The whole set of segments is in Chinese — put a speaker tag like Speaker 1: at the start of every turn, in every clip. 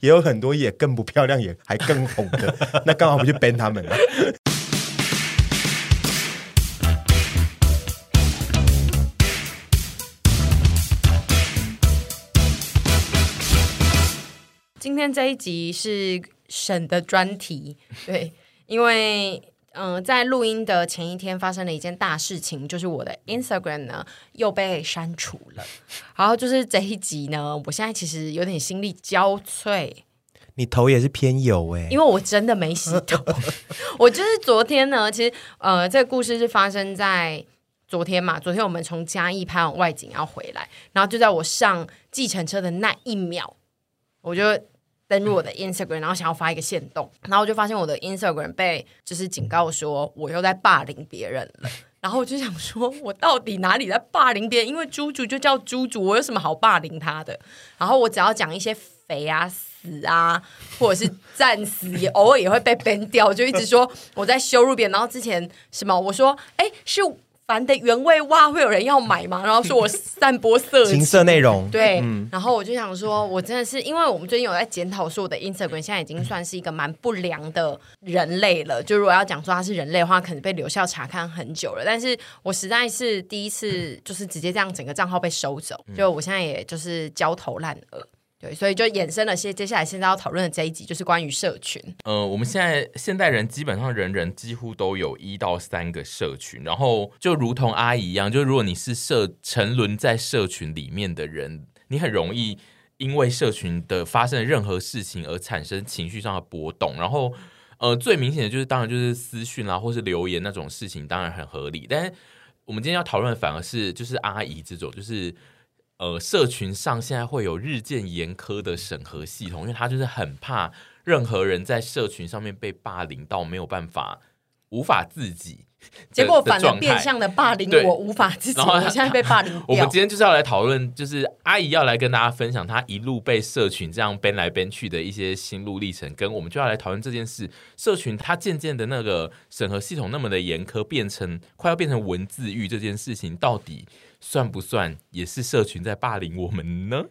Speaker 1: 也有很多也更不漂亮，也还更红 的，那干嘛不去 ban 他们啊？
Speaker 2: 今天这一集是沈的专题，对， 因为嗯、呃在录音的前一天发生了一件大事情，就是我的 Instagram 呢又被删除了。然后就是这一集呢，我现在其实有点心力交瘁，
Speaker 3: 你头也是偏油哎、
Speaker 2: 因为我真的没洗头。 我就是昨天呢，其实呃，这个故事是发生在昨天嘛。昨天我们从嘉义拍完外景要回来，然后就在我上计程车的那一秒，我就登入我的 Instagram，然后想要发一个限动，然后我就发现我的 Instagram 被就是警告说我又在霸凌别人了。然后我就想说，我到底哪里在霸凌别人？因为猪猪就叫猪猪，我有什么好霸凌他的？然后我只要讲一些肥啊、死啊，或者是战死，也偶尔也会被 ban 掉，就一直说我在羞辱别人。然后之前什么，我说哎是凡的原味袜会有人要买吗？然后说我散播色情
Speaker 3: 情色内容，
Speaker 2: 对，
Speaker 4: 嗯
Speaker 2: 然后我就想说，我真的是因为我们最近有在检讨，说我的 Instagram 现在已经算是一个蛮不良的人类了。就如果要讲说它是人类的话，可能被留校查看很久了。但是我实在是第一次，就是直接这样整个账号被收走，
Speaker 4: 嗯
Speaker 2: 就我现在也就是焦头烂额。对，所以就衍生了些接下来现在要讨论的这一集，就是关于社群。
Speaker 4: 呃，我们现在现代人基本上人人几乎都有一到三个社群，然后就如同阿姨一样，就如果你是社沉沦在社群里面的人，你很容易因为社群的发生的任何事情而产生情绪上的波动，然后。呃，最明显的就是当然就是私讯啦、或是留言那种事情，当然很合理。但是我们今天要讨论的反而是就是阿姨这种，就是呃，社群上现在会有日渐严苛的审核系统，因为他就是很怕任何人在社群上面被霸凌到没有办法无法自己的，
Speaker 2: 结果
Speaker 4: 的
Speaker 2: 反而
Speaker 4: 状
Speaker 2: 变
Speaker 4: 态
Speaker 2: 相的霸凌
Speaker 4: 对
Speaker 2: 我，无法自己，
Speaker 4: 然后
Speaker 2: 我现在被霸凌
Speaker 4: 我
Speaker 2: 掉
Speaker 4: 们。今天就是要来讨论，就是阿姨要来跟大家分享她一路被社群这样编来编去的一些心路历程，跟我们就要来讨论这件事。社群它渐渐的那个审核系统那么的严苛，变成快要变成文字狱这件事情，到底算不算也是社群在霸凌我们呢？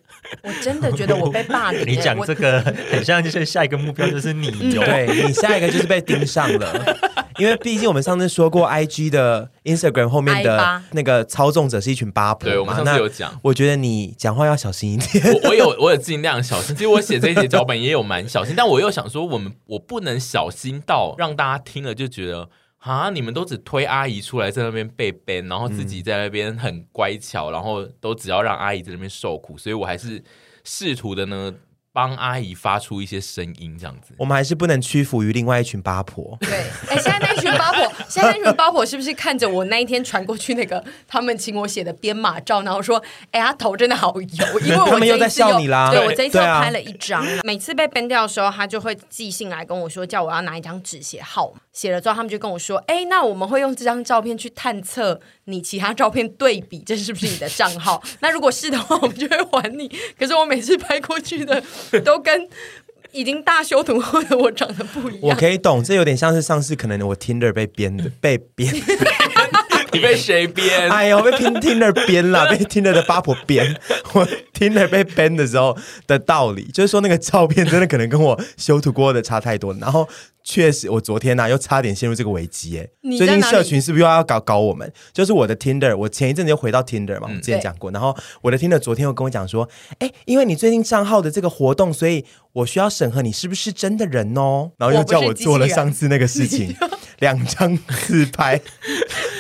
Speaker 2: 我真的觉得我被霸 凌、欸。
Speaker 5: 你讲
Speaker 2: 我嗯
Speaker 5: 这个很像，就是下一个目标就是你哦有
Speaker 3: 对你下一个就是被盯上 了，因为毕竟我们上次说过，IG 的 Instagram 后面
Speaker 2: 哀巴
Speaker 3: 的那个操纵者是一群八婆
Speaker 4: 对我
Speaker 3: 嘛，
Speaker 4: 们上次
Speaker 3: 那
Speaker 4: 有讲。
Speaker 3: 我觉得你讲话要小心一 点，
Speaker 4: 我我有我有尽量小心，其实我写这一节脚本也有蛮小心，但我又想说，我们我不能小心到让大家听了就觉得啊，你们都只推阿姨出来在那边被 ban，然后自
Speaker 3: 嗯
Speaker 4: 己在那边很乖巧，然后都只要让阿姨在那边受苦，所以我还是试图的呢帮阿姨发出一些声音这样子。
Speaker 3: 我们还是不能屈服于另外一群八婆。
Speaker 2: 对，哎、现在那群八婆， 现在那群八婆是不是看着我那一天传过去那个他们请我写的编码照，然后说，哎、他头真的好油，因为我
Speaker 3: 他们又
Speaker 2: 这一次
Speaker 3: 在笑你啦
Speaker 2: 对
Speaker 3: 对
Speaker 2: 我这一次又
Speaker 3: 对啊
Speaker 2: 拍了一张，每次被 ban 掉的时候，他就会寄信来跟我说，叫我要拿一张纸写号码，写了之后他们就跟我说，哎、那我们会用这张照片去探测你其他照片对比，这是不是你的账号？那如果是的话，我 们就会还你。可是我每次拍过去的都跟。已经大修图后的我长得不一样，
Speaker 3: 我可以懂，这有点像是上次可能我 Tinder 被编 的，被编，
Speaker 4: 你被谁编？
Speaker 3: 哎呦，被 Tin- Tinder 编啦，被 Tinder 的八婆编。 我 Tinder 被 ban 的时候的道理，就是说那个照片真的可能跟我修图过的差太多。然后确实，我昨天呢、又差点陷入这个危机哎。
Speaker 2: 你在
Speaker 3: 最近
Speaker 2: 哪里
Speaker 3: 社群是不是又要搞搞我们？就是我的 Tinder，我前一阵子又回到 Tinder 嘛，
Speaker 2: 嗯
Speaker 3: 我们之前讲过。然后我的 Tinder 昨天又跟我讲说，哎，因为你最近账号的这个活动，所以我需要审核你是不是真的人哦。然后又叫我做了上次那个事 情，两张自拍。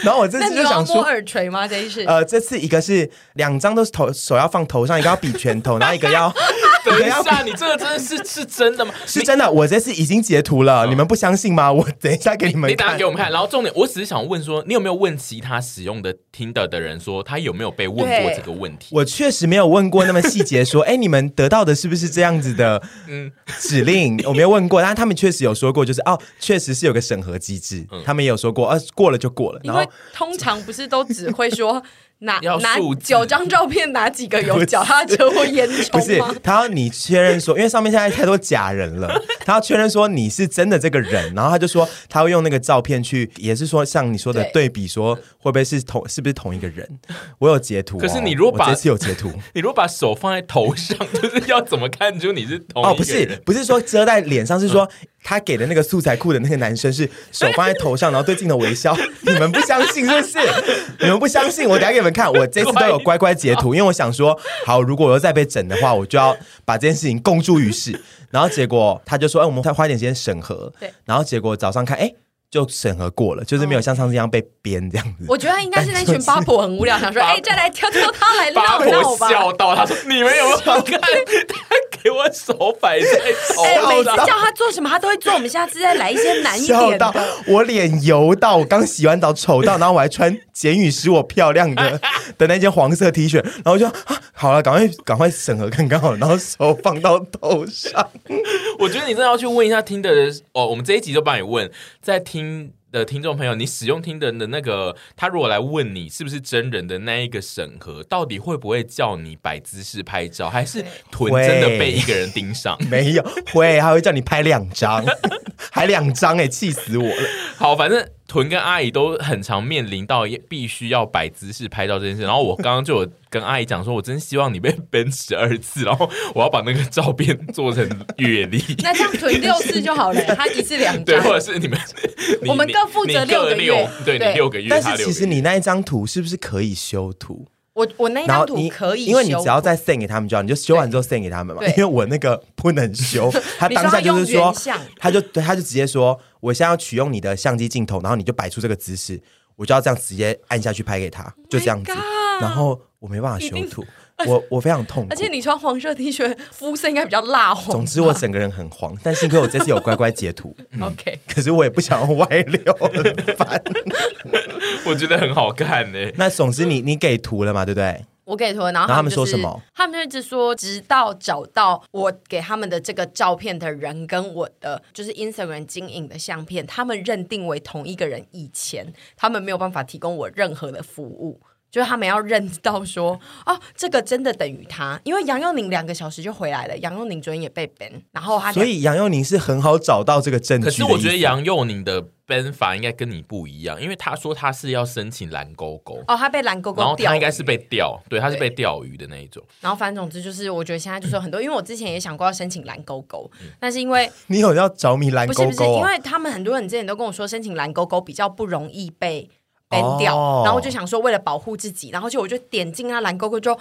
Speaker 3: 然后我这
Speaker 2: 那
Speaker 3: 次
Speaker 2: 你
Speaker 3: 就
Speaker 2: 有要
Speaker 3: 想
Speaker 2: 摸
Speaker 3: 说，
Speaker 2: 耳垂吗？这一次，
Speaker 3: 呃，这次一个是两张都是头手要放头上，一个要比拳头，然后一个 要一
Speaker 4: 等
Speaker 3: 个
Speaker 4: 一
Speaker 3: 要。
Speaker 4: 下，你这个真的是是真的吗？
Speaker 3: 是真的，我这次已经截图了，你们不相信吗？我等一下给你们
Speaker 4: 你打
Speaker 3: 看
Speaker 4: 给。我们看，然后重点，我只是想问说，你有没有问其他使用的 Tinder 的人说，他有没有被问过
Speaker 2: 对
Speaker 4: 这个问题？
Speaker 3: 我确实没有问过那么细节，说，哎、你们得到的是不是这样子的指令？我没有问过，但是他们确实有说过，就是哦，确实是有个嗯审核机制，他们也有说过，呃、过了就过了。
Speaker 2: 因
Speaker 3: 然后
Speaker 2: 为通常不是都只会说哪
Speaker 4: 要
Speaker 2: 哪
Speaker 4: 数字
Speaker 2: 九张照片哪几个有脚踏车或 烟
Speaker 3: 不
Speaker 2: 囱
Speaker 3: 是
Speaker 2: 吗？
Speaker 3: 他要你确认说，因为上面现在太多假人 了，他要确认说你是真的这个人，然后他就说他会用那个照片去，也是说像你说的
Speaker 2: 对
Speaker 3: 对比，说会不会是同是不是同一个人？我有截图哦、
Speaker 4: 可是你如果把
Speaker 3: 我这次有截图
Speaker 4: 你如果把手放在头 上，就是要怎么看出你是同
Speaker 3: 哦，
Speaker 4: 一
Speaker 3: 不
Speaker 4: 个
Speaker 3: 是
Speaker 4: 人？嗯
Speaker 3: 不是说遮在脸上，是说他给的那个素材库的那个男生是手放在头上，然后对镜头微笑， 你们不相信是不是？你们不相信？我等一下给你们看，我这次都有乖乖截 图，因为我想说，好，如果我又再被整的话，我就要把这件事情公诸于 世。然后结果他就说，哎，我们再花一点时间审核。
Speaker 2: 对，
Speaker 3: 然后结果早上看，哎。就审核过了，就是没
Speaker 4: 嗯
Speaker 3: 有像上次一样被编这样子。
Speaker 2: 我觉得应该是那群八婆很无聊，想说，
Speaker 4: 八婆
Speaker 2: 哎，再来挑挑他来
Speaker 4: 八
Speaker 2: 闹闹
Speaker 4: 婆
Speaker 2: 吧。
Speaker 4: 笑到，他说：“你们有没有看？他给我手摆在
Speaker 2: 哎，每
Speaker 4: 头
Speaker 2: 次
Speaker 4: 上。
Speaker 2: 叫他做什么，他都会做。我们下次再来一些难一
Speaker 3: 笑
Speaker 2: 点
Speaker 3: 到
Speaker 2: 的。
Speaker 3: 我脸油到，我刚洗完澡丑到，然后我还穿简语使我漂亮的的那件黄色 T 恤，然后我就啊，好了，赶快赶快审核看看好了，然后手放到头上，
Speaker 4: 我觉得你真的要去问一下听的人哦，我们这一集就帮你问，在听的听众朋友，你使用听的人的那个，他如果来问你是不是真人的那一个审核，到底会不会叫你摆姿势拍照，还是臀真的被一个人盯上？
Speaker 3: 没有会，还会叫你拍两张，还两张哎、气死我了！
Speaker 4: 好，反正屯跟阿姨都很常面临到也必须要摆姿势拍照这件事。然后我刚刚就有跟阿姨讲说，我真希望你被 编十二次，然后我要把那个照片做成阅 历，
Speaker 2: 那这样囤六次就好了，他一次两
Speaker 4: 对，
Speaker 2: 张。
Speaker 4: 或者是 你们，你
Speaker 2: 我们
Speaker 4: 你
Speaker 2: 各负责
Speaker 4: 你
Speaker 2: 六
Speaker 4: 各
Speaker 2: 个月
Speaker 4: 六对
Speaker 2: 对
Speaker 4: 你六个月，
Speaker 3: 但
Speaker 4: 他
Speaker 3: 是
Speaker 4: 六
Speaker 3: 其实
Speaker 4: 个月
Speaker 3: 你那一张图是不是可以修图？
Speaker 2: 我我哎那一
Speaker 3: 然后
Speaker 2: 张图
Speaker 3: 你
Speaker 2: 可以修，
Speaker 3: 因为你只要再 send 给他们就好，你就修完之后 send 给他们嘛。
Speaker 2: 对
Speaker 3: 因为我那个不能 修，他
Speaker 2: 你说
Speaker 3: 当下就是
Speaker 2: 他用
Speaker 3: 说
Speaker 2: 原像，
Speaker 3: 他就对，他就直接说，我现在要取用你的相机镜头，然后你就摆出这个姿势，我就要这样直接按下去拍给他，就这样子。
Speaker 2: ，Oh God
Speaker 3: 然后我没办法修图，我我非常痛苦
Speaker 2: 而。且你穿黄色 T 恤，肤色应该比较蜡红吧。
Speaker 3: 总之我整个人很慌，但幸亏我这次有乖乖截图，
Speaker 2: OK，
Speaker 3: 可是我也不想要外流，很烦。
Speaker 4: 我觉得很好看欸呢、
Speaker 3: 那总之你你给图了嘛，对不对？
Speaker 2: 我给推，然后
Speaker 3: 然后他们
Speaker 2: 就是
Speaker 3: 说什么？
Speaker 2: 他们就一直说，直到找到我给他们的这个照片的人跟我的就是 Instagram 经营的相片，他们认定为同一个人以前，他们没有办法提供我任何的服务。就是他们要认到说，哦，这个真的等于他，因为杨佑宁两个小时就回来了，杨佑宁昨天也被 ban，然后他
Speaker 3: 所以杨佑宁是很好找到这个证据的
Speaker 4: 可
Speaker 3: 意思。
Speaker 4: 是我觉得杨佑宁的编法应该跟你不一样，因为他说他是要申请蓝勾勾，
Speaker 2: 哦，他被蓝勾勾
Speaker 4: 然后
Speaker 2: 掉
Speaker 4: 他
Speaker 2: 了，
Speaker 4: 应该是被钓，对，他是
Speaker 2: 对
Speaker 4: 被钓鱼的那一种。
Speaker 2: 然后反正总之就是，我觉得现在就是有很多，因为我之前也想过要申请蓝勾勾，
Speaker 3: 嗯
Speaker 2: 但是因为
Speaker 3: 你有要着迷蓝
Speaker 2: 不
Speaker 3: 勾
Speaker 2: 是
Speaker 3: 勾、哦
Speaker 2: 不是，因为他们很多人之前都跟我说，申请蓝勾勾比较不容易被 ban 掉，
Speaker 3: 哦
Speaker 2: 然后我就想说为了保护自己，然后就我就点进那蓝勾勾之后。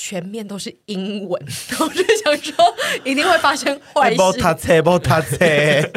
Speaker 2: 全面都是英文，然后我就想说一定会发生 坏
Speaker 3: 哎不
Speaker 2: 事
Speaker 3: 他，切不他 切，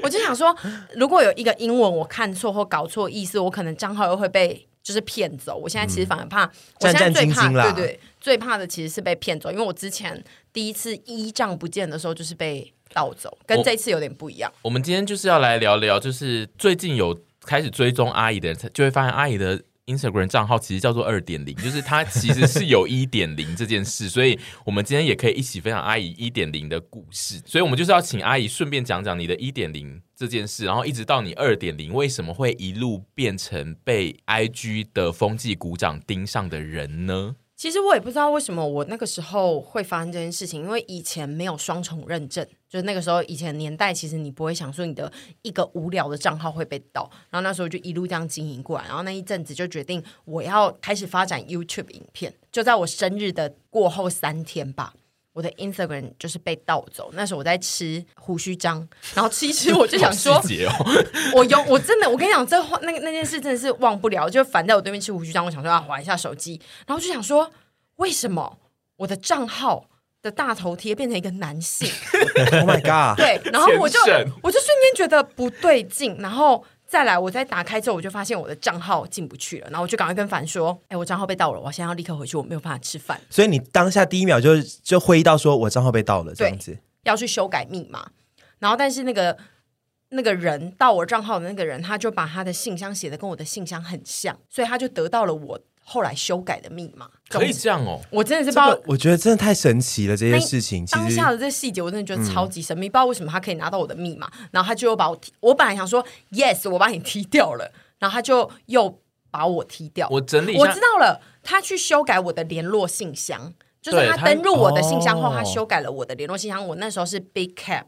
Speaker 2: 我就想说如果有一个英文我看错或搞错意思，我可能账号又会被就是骗走。我现在其实反而怕，我现在
Speaker 3: 嗯战战
Speaker 2: 最
Speaker 3: 兢
Speaker 2: 怕
Speaker 3: 兢啦
Speaker 2: 对对最怕的其实是被骗走，因为我之前第一次依仗不见的时候就是被盗走，跟
Speaker 4: 我
Speaker 2: 这一次有点不一样。
Speaker 4: 我们今天就是要来聊聊，就是最近有开始追踪阿姨的人，就会发现阿姨的 Instagram 账号其实叫做二点零，就是它其实是有一点零这件事，所以我们今天也可以一起分享阿姨一点零的故事。所以我们就是要请阿姨顺便讲讲你的一点零这件事，然后一直到你二点零为什么会一路变成被 IG 的风纪鼓掌盯上的人呢？
Speaker 2: 其实我也不知道为什么我那个时候会发生这件事情，因为以前没有双重认证，就是那个时候以前年代，其实你不会想说你的一个无聊的账号会被盗，然后那时候就一路这样经营过来，然后那一阵子就决定我要开始发展 YouTube 影片，就在我生日的过后三天吧。我的 Instagram 就是被盗走，那时候我在吃胡须章，然后吃一吃我就想说
Speaker 4: 好，细节哦，
Speaker 2: 我有，我真的，我跟你讲，这话那个那件事真的是忘不了，就反在我对面吃胡须章，我想说啊，划一下手机，然后就想说，为什么我的账号的大头贴变成一个男性？
Speaker 3: ，Oh my god！
Speaker 2: 对，然后我就
Speaker 4: 天神
Speaker 2: 我就瞬间觉得不对劲，然后再来我再打开之后，我就发现我的账号进不去了，然后我就赶快跟凡说，哎、我账号被盗了，我现在要立刻回去，我没有办法吃饭，
Speaker 3: 所以你当下第一秒就就会意到说，我账号被盗了这样子。
Speaker 2: 要去修改密码，然后但是那个。那个人盗我账号的那个人，他就把他的信箱写的跟我的信箱很像，所以他就得到了我后来修改的密码。
Speaker 4: 可
Speaker 2: 总
Speaker 4: 以
Speaker 2: 之，
Speaker 4: 这样哦。
Speaker 2: 我真的是不知
Speaker 3: 这
Speaker 2: 道
Speaker 3: 个我觉得真的太神奇了，这件事情其
Speaker 2: 当
Speaker 3: 实
Speaker 2: 下的这个细节，我真的觉得超级神秘，不知道为什么他可以拿到我的密码，然后他就又把我踢，我本来想说 yes，我把你踢掉了，然后他就又把我踢掉。
Speaker 4: 我整理一
Speaker 2: 我
Speaker 4: 下
Speaker 2: 知，道了，他去修改我的联络信箱，就是
Speaker 4: 对
Speaker 2: 他
Speaker 4: 他
Speaker 2: 登入我的信箱后，
Speaker 3: 哦
Speaker 2: 他修改了我的联络信箱。我那时候是 big cap，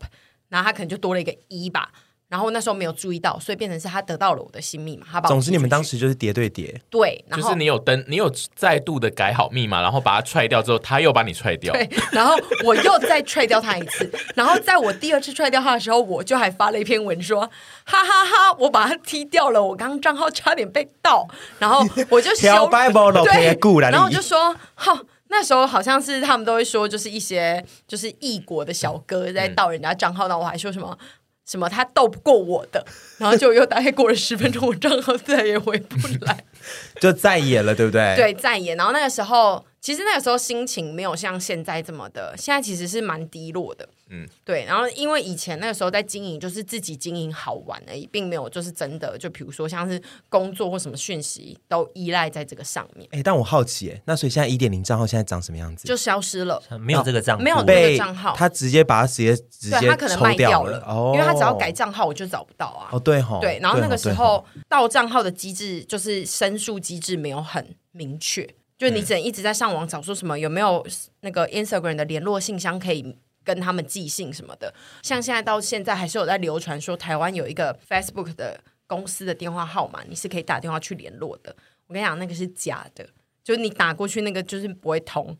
Speaker 2: 然后他可能就多了一个一吧，然后那时候没有注意到，所以变成是他得到了我的新密码。他把我
Speaker 3: 总之，你们
Speaker 2: 踢出
Speaker 3: 当
Speaker 2: 去
Speaker 3: 时就是叠对叠，
Speaker 2: 对，然
Speaker 4: 就
Speaker 2: 后
Speaker 4: 是你有登，你有再度的改好密码，然后把它踹掉之后，他又把你踹掉。
Speaker 2: 对，然后我又再 try 掉他一次， 然后在我第二次 try 掉他的时候，我就还发了一篇文说，哈哈哈我把他踢掉了，我刚刚账号差点被盗，然后 我就修
Speaker 3: 挑白包老
Speaker 2: 对
Speaker 3: 别顾啦，
Speaker 2: 然后我
Speaker 3: 你
Speaker 2: 就说，好、那时候好像是他们都会说，就是一些就是异国的小哥在盗人家账号，然后我还说什么。什么？他斗不过我的，然后就又大概过了十分钟，我账号再也回不来。
Speaker 3: 就再野了，对不对？，
Speaker 2: 对，再演。然后那个时候，其实那个时候心情没有像现在这么的，现在其实是蛮低落的。嗯
Speaker 4: 嗯，
Speaker 2: 对。然后因为以前那个时候在经营，就是自己经营好玩而已，并没有就是真的，就比如说像是工作或什么讯息都依赖在这个上面，
Speaker 3: 哎，但我好奇，哎，那所以现在一点零账号现在长什么样子？
Speaker 2: 就消失了。
Speaker 5: 没有这个账户，
Speaker 2: 没有这个
Speaker 3: 被
Speaker 2: 账号
Speaker 3: 他直接把它直接直
Speaker 2: 对
Speaker 3: 接
Speaker 2: 他可能卖
Speaker 3: 抽
Speaker 2: 掉
Speaker 3: 了
Speaker 2: 了，，
Speaker 3: 哦，
Speaker 2: 因为他只要改账号，我就找不到啊。
Speaker 3: 哦，对吼，
Speaker 2: 对，然后那个时
Speaker 3: 对吼，
Speaker 2: 候盗账号的机制就是申诉机制没有很明确，就是
Speaker 3: 嗯
Speaker 2: 你只能一直在上网找说什么有没有那个 Instagram 的联络信箱可以。跟他们寄信什么的，像现在到现在还是有在流传说台湾有一个 Facebook 的公司的电话号码，你是可以打电话去联络的。我跟你讲，那个是假的，就是你打过去那个就是不会通。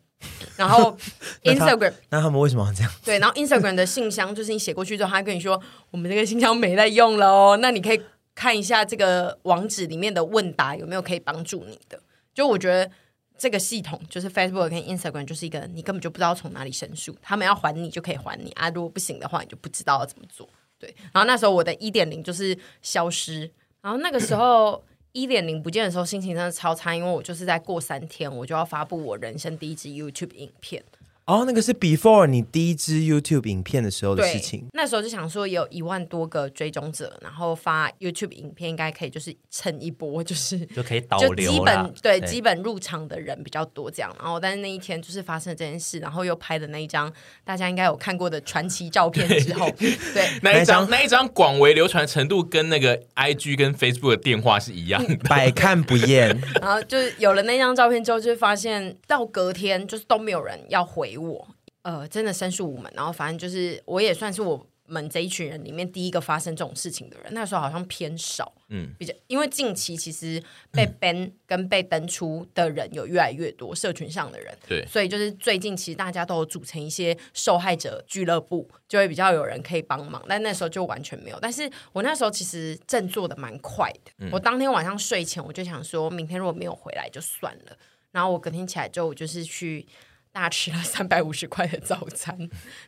Speaker 2: 然后
Speaker 3: 那他
Speaker 2: Instagram
Speaker 3: 对吼那他们为什么要这样？
Speaker 2: 对，然后 Instagram 的信箱 就是你写过去之后，他会跟你说我们这个信箱没在用了哦，那你可以看一下这个网址里面的问答有没有可以帮助你的。就我觉得这个系统就是 Facebook 跟 Instagram 就是一个你根本就不知道从哪里申诉，他们要还你就可以还你啊，如果不行的话你就不知道要怎么做。对，然后那时候我的一点零就是消失，然后那个时候一点零不见的时候心情真的超差，因为我就是在过三天我就要发布我人生第一支 YouTube 影片。
Speaker 3: 哦，那个是 before 你第一支 YouTube 影片的时候的
Speaker 2: 对，
Speaker 3: 事情，
Speaker 2: 那时候就想说有一万多个追踪者，然后发 YouTube 影片应该可以就是蹭一波，就是
Speaker 5: 就可以导
Speaker 2: 就基
Speaker 5: 流啦
Speaker 2: 本对基本入场的人比较多这样。然后但是那一天就是发生了这件事，然后又拍的那一张大家应该有看过的传奇照片之 后，对。
Speaker 4: 那
Speaker 3: 那一
Speaker 4: 一
Speaker 3: 张
Speaker 4: 张那一张广为流传程度跟那个 IG 跟 Facebook 的电话是一样
Speaker 2: 嗯
Speaker 4: 的。
Speaker 3: 百看不厌。
Speaker 2: 然后就是有了那张照片之后，就发现到隔天就是都没有人要回我，呃，真的申诉无门。然后反正就是我也算是我们这一群人里面第一个发生这种事情的人，那时候好像偏少，
Speaker 4: 嗯
Speaker 2: 嗯，比较因为近期其实被 ban 跟被登出的人有越来越多，社群上的人，
Speaker 4: 对
Speaker 2: 所以就是最近其实大家都有组成一些受害者俱乐部，就会比较有人可以帮忙，但那时候就完全没有。但是我那时候其实振作的蛮快的，我当天晚上睡前我就想说，明天如果没有回来就算了。然后我隔天起来之后，我就是去大吃了三百五十块的早餐，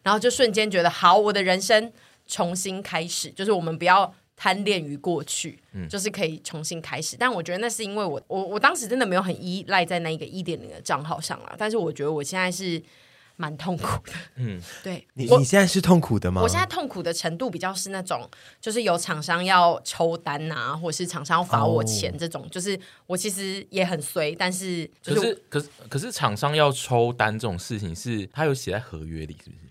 Speaker 2: 然后就瞬间觉得好，我的人生重新开始，就是我们不要贪恋于过去，就是可以重新开始。但我觉得那是因为我我我当时真的没有很依赖在那一个一点零的账号上啦，但是我觉得我现在是蛮痛苦的，嗯， 对
Speaker 3: 你
Speaker 2: 我
Speaker 3: 你现在是痛苦的吗？
Speaker 2: 我现在痛苦的程度比较是那种，就是有厂商要抽单啊，或是厂商要罚我钱这种就是我其实也很衰，但是就是
Speaker 4: 可是可是可是厂商要抽单这种事情是他有写在合约里，是不是？